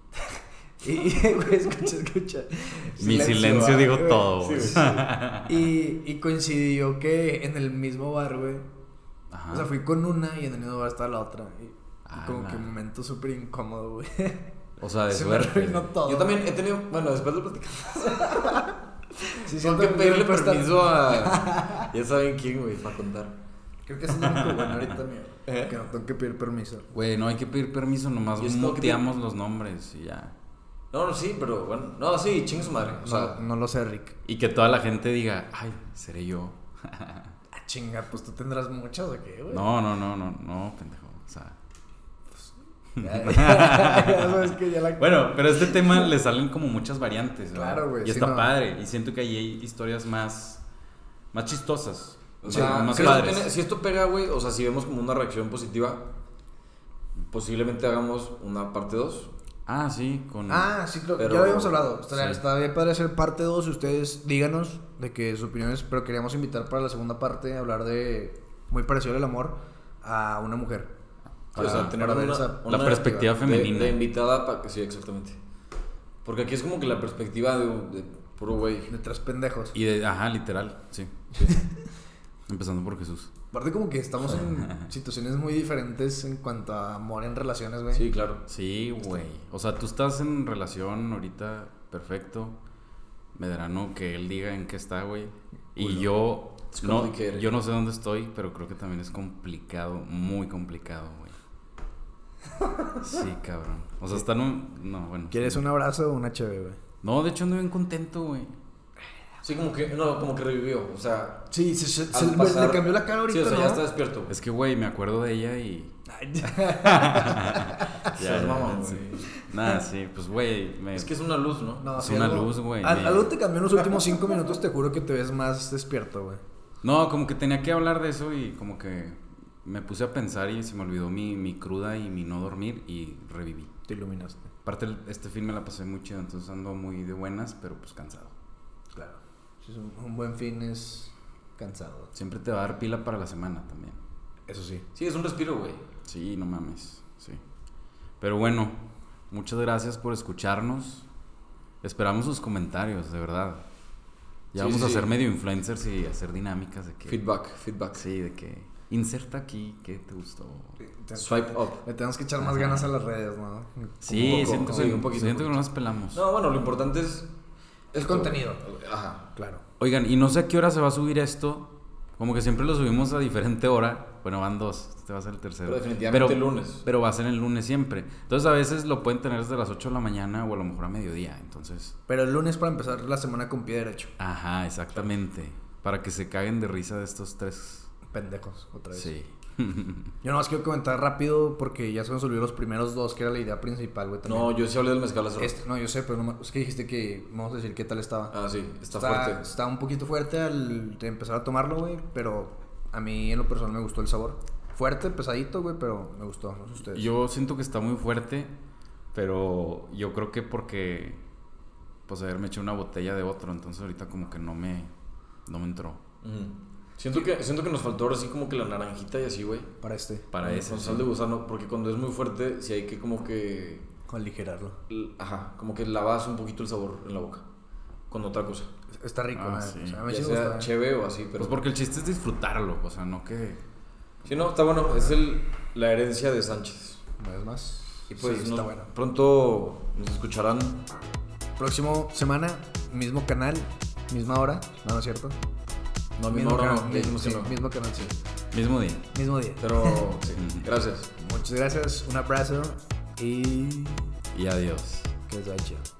[SPEAKER 2] (laughs) y, güey, escucha, escucha. ah,
[SPEAKER 4] Mi silencio digo
[SPEAKER 2] güey.
[SPEAKER 4] todo,
[SPEAKER 2] Sí,
[SPEAKER 4] güey.
[SPEAKER 2] Y, y coincidió que en el mismo bar, güey.
[SPEAKER 4] Ajá.
[SPEAKER 2] O sea, fui con una y en el mismo bar estaba la otra. Y, y
[SPEAKER 4] Ah,
[SPEAKER 2] como
[SPEAKER 4] la-
[SPEAKER 2] que un momento súper incómodo, güey.
[SPEAKER 4] O sea, de
[SPEAKER 2] Se me
[SPEAKER 4] suerte.
[SPEAKER 2] arruinó todo.
[SPEAKER 1] Yo también he tenido. Bueno, después lo platicamos.
[SPEAKER 2] Sí,
[SPEAKER 1] Tengo
[SPEAKER 2] siento
[SPEAKER 1] que pedirle
[SPEAKER 2] puedo estar-
[SPEAKER 1] permiso
[SPEAKER 2] (laughs)
[SPEAKER 1] a. Ya saben quién, güey, para contar.
[SPEAKER 2] Creo que eso es lo único bueno ahorita, mío.
[SPEAKER 1] ¿Eh?
[SPEAKER 2] Que no tengo que pedir permiso.
[SPEAKER 4] Güey, no hay que pedir permiso, nomás
[SPEAKER 1] Yo supongo que
[SPEAKER 4] muteamos los nombres y ya.
[SPEAKER 1] No, no, sí, pero bueno. No, sí, chingue su madre. O sea,
[SPEAKER 2] no, no lo sé, Rick.
[SPEAKER 4] Y que toda la gente diga, ay, seré yo.
[SPEAKER 2] Ah, chinga, pues tú tendrás muchas o qué, güey.
[SPEAKER 4] No, no, no, no, no, pendejo. O sea.
[SPEAKER 2] (laughs) Ya, ya sabes que ya la-
[SPEAKER 4] Bueno, pero a este tema le salen como muchas variantes. ¿verdad?
[SPEAKER 2] Claro, güey,
[SPEAKER 4] Y
[SPEAKER 2] sí,
[SPEAKER 4] está
[SPEAKER 2] no.
[SPEAKER 4] padre. Y siento que ahí hay historias más, más chistosas.
[SPEAKER 1] O
[SPEAKER 4] más-
[SPEAKER 1] sea,
[SPEAKER 4] más
[SPEAKER 1] creo que
[SPEAKER 4] padres.
[SPEAKER 1] tiene- si esto pega, güey, o sea, si vemos como una reacción positiva, posiblemente hagamos una parte 2.
[SPEAKER 4] Ah, sí, con.
[SPEAKER 2] Ah, sí, claro.
[SPEAKER 1] Pero-
[SPEAKER 2] ya lo habíamos hablado. Estaría,
[SPEAKER 4] sí.
[SPEAKER 2] estaría bien padre hacer parte 2. Ustedes díganos de que sus opiniones, pero queríamos invitar para la segunda parte a hablar de, muy parecido al amor, a una mujer.
[SPEAKER 1] o sea,
[SPEAKER 4] Para-
[SPEAKER 1] tener
[SPEAKER 2] para ver
[SPEAKER 1] una,
[SPEAKER 2] esa-
[SPEAKER 1] una
[SPEAKER 4] la perspectiva
[SPEAKER 1] de-
[SPEAKER 4] femenina.
[SPEAKER 1] De, invitada para que sí, exactamente. Porque aquí es como que la perspectiva de, de puro güey.
[SPEAKER 2] De tres pendejos.
[SPEAKER 4] Y de, ajá, literal, sí. (laughs) Empezando por Jesús.
[SPEAKER 2] Aparte como que estamos (laughs) en situaciones muy diferentes en cuanto a amor en relaciones, güey.
[SPEAKER 1] Sí, claro.
[SPEAKER 4] Sí, güey. O sea, tú estás en relación ahorita, perfecto. Medrano, que él diga en qué está, güey. Y yo
[SPEAKER 1] It's
[SPEAKER 4] no,
[SPEAKER 1] complicated.
[SPEAKER 4] yo no sé dónde estoy, pero creo que también es complicado, muy complicado, güey. Sí, cabrón. O sea, están un... No, bueno.
[SPEAKER 2] ¿Quieres un abrazo o una chévere, güey?
[SPEAKER 4] No, de hecho ando bien contento, güey.
[SPEAKER 1] Sí, como que, no, como que revivió. O sea,
[SPEAKER 2] Sí, se, se-
[SPEAKER 1] al
[SPEAKER 2] se-
[SPEAKER 1] pasar-
[SPEAKER 2] le cambió la cara ahorita,
[SPEAKER 1] Sí, o sea,
[SPEAKER 2] ¿no?
[SPEAKER 1] ya está despierto.
[SPEAKER 4] Es que, güey, me acuerdo de
[SPEAKER 1] (laughs)
[SPEAKER 4] ella y...
[SPEAKER 1] Ah, Seas mamón,
[SPEAKER 4] sí.
[SPEAKER 1] güey.
[SPEAKER 4] Nada, sí, pues, güey, me...
[SPEAKER 1] Es que es una luz, ¿no?
[SPEAKER 2] (laughs) No,
[SPEAKER 4] Es
[SPEAKER 2] sí,
[SPEAKER 4] una
[SPEAKER 2] algo-
[SPEAKER 4] luz, güey.
[SPEAKER 2] al- Algo te cambió en los últimos cinco minutos, te juro que te ves más despierto, güey.
[SPEAKER 4] No, como que tenía que hablar de eso y como que me puse a pensar y se me olvidó mi, mi cruda y mi no dormir y reviví.
[SPEAKER 2] Te iluminaste.
[SPEAKER 4] Aparte, el- este film me la pasé muy chido, entonces ando muy de buenas, pero pues cansado.
[SPEAKER 2] Claro. Sí, es un, un buen fin es cansado.
[SPEAKER 4] Siempre te va a dar pila para la semana también.
[SPEAKER 2] Eso sí.
[SPEAKER 1] Sí, es un respiro, güey.
[SPEAKER 4] Sí, no mames, sí. Pero bueno, muchas gracias por escucharnos. Esperamos sus comentarios, de verdad. Ya
[SPEAKER 1] Sí,
[SPEAKER 4] vamos
[SPEAKER 1] sí,
[SPEAKER 4] a
[SPEAKER 1] sí.
[SPEAKER 4] ser medio influencers y hacer dinámicas de que...
[SPEAKER 1] Feedback, feedback.
[SPEAKER 4] Sí, de que... Inserta aquí, ¿qué te gustó?
[SPEAKER 1] Swipe up.
[SPEAKER 2] Le Eh, tenemos que echar más
[SPEAKER 4] Ajá.
[SPEAKER 2] ganas a las redes, ¿no?
[SPEAKER 4] Sí,
[SPEAKER 1] poco,
[SPEAKER 4] siento,
[SPEAKER 1] sí,
[SPEAKER 4] que,
[SPEAKER 1] un poquito,
[SPEAKER 4] siento que
[SPEAKER 1] un
[SPEAKER 4] no las pelamos.
[SPEAKER 1] No, bueno, lo importante es.
[SPEAKER 2] El contenido.
[SPEAKER 1] Ajá.
[SPEAKER 2] Claro.
[SPEAKER 4] Oigan, y no sé a qué hora se va a subir esto. Como que siempre lo subimos a diferente hora. Bueno, van dos. Este va a ser el tercero.
[SPEAKER 1] Pero definitivamente el lunes.
[SPEAKER 4] Pero va a ser el lunes siempre. Entonces a veces lo pueden tener desde las 8 de la mañana o a lo mejor a mediodía. Entonces.
[SPEAKER 2] Pero el lunes para empezar la semana con pie derecho.
[SPEAKER 4] Ajá, exactamente. Para que se caguen de risa de estos tres.
[SPEAKER 2] Pendejos, otra vez.
[SPEAKER 4] Sí.
[SPEAKER 2] Yo nomás quiero comentar rápido porque ya se nos olvidó los primeros dos, que era la idea principal, güey. también.
[SPEAKER 1] No, yo sí hablé del mezcal hace rato.
[SPEAKER 2] Este- no, yo sé, pero no me- es que dijiste que vamos a decir qué tal estaba.
[SPEAKER 1] Ah, sí, está, fuerte.
[SPEAKER 2] Está un poquito fuerte al de empezar a tomarlo, güey, pero a mí en lo personal me gustó el sabor. Fuerte, pesadito, güey, pero me gustó. No sé ustedes.
[SPEAKER 4] (laughs) Yo siento que está muy fuerte. Pero yo creo que porque. Pues haberme hecho una botella de otro. Entonces ahorita como que no me. No me entró.
[SPEAKER 1] Ujú. Siento que, siento que nos faltó ahora sí como que la naranjita y así, güey.
[SPEAKER 2] Para este,
[SPEAKER 4] Para
[SPEAKER 1] Con-
[SPEAKER 4] eso.
[SPEAKER 1] Con sal de gusano, porque cuando es muy fuerte, sí hay que como que.
[SPEAKER 2] con aligerarlo.
[SPEAKER 1] l- Ajá, como que lavas un poquito el sabor en la boca. con otra cosa.
[SPEAKER 2] Está rico,
[SPEAKER 4] Ah,
[SPEAKER 2] eh.
[SPEAKER 4] sí.
[SPEAKER 2] O sea, a mí
[SPEAKER 1] Ya
[SPEAKER 2] sí me
[SPEAKER 1] sea
[SPEAKER 2] gusta.
[SPEAKER 1] cheve o así, pero...
[SPEAKER 4] Pues porque el chiste es disfrutarlo, o sea, no que...
[SPEAKER 1] Sí, no, está bueno. Es el, la herencia de Sánchez.
[SPEAKER 2] Una vez más.
[SPEAKER 1] Y pues
[SPEAKER 2] Sí, está
[SPEAKER 1] nos-
[SPEAKER 2] bueno.
[SPEAKER 1] pronto nos escucharán.
[SPEAKER 2] Próximo semana, mismo canal, misma hora. No, no es cierto.
[SPEAKER 1] No, a misma hora no, ya
[SPEAKER 2] mi-
[SPEAKER 1] dijimos que
[SPEAKER 2] sí,
[SPEAKER 1] no.
[SPEAKER 2] mismo canal, sí.
[SPEAKER 4] Mismo día.
[SPEAKER 2] Mismo día. (laughs)
[SPEAKER 1] Pero sí,
[SPEAKER 4] Ujú.
[SPEAKER 1] gracias.
[SPEAKER 2] Muchas gracias, un abrazo y
[SPEAKER 4] Y adiós.
[SPEAKER 2] que os vaya chido.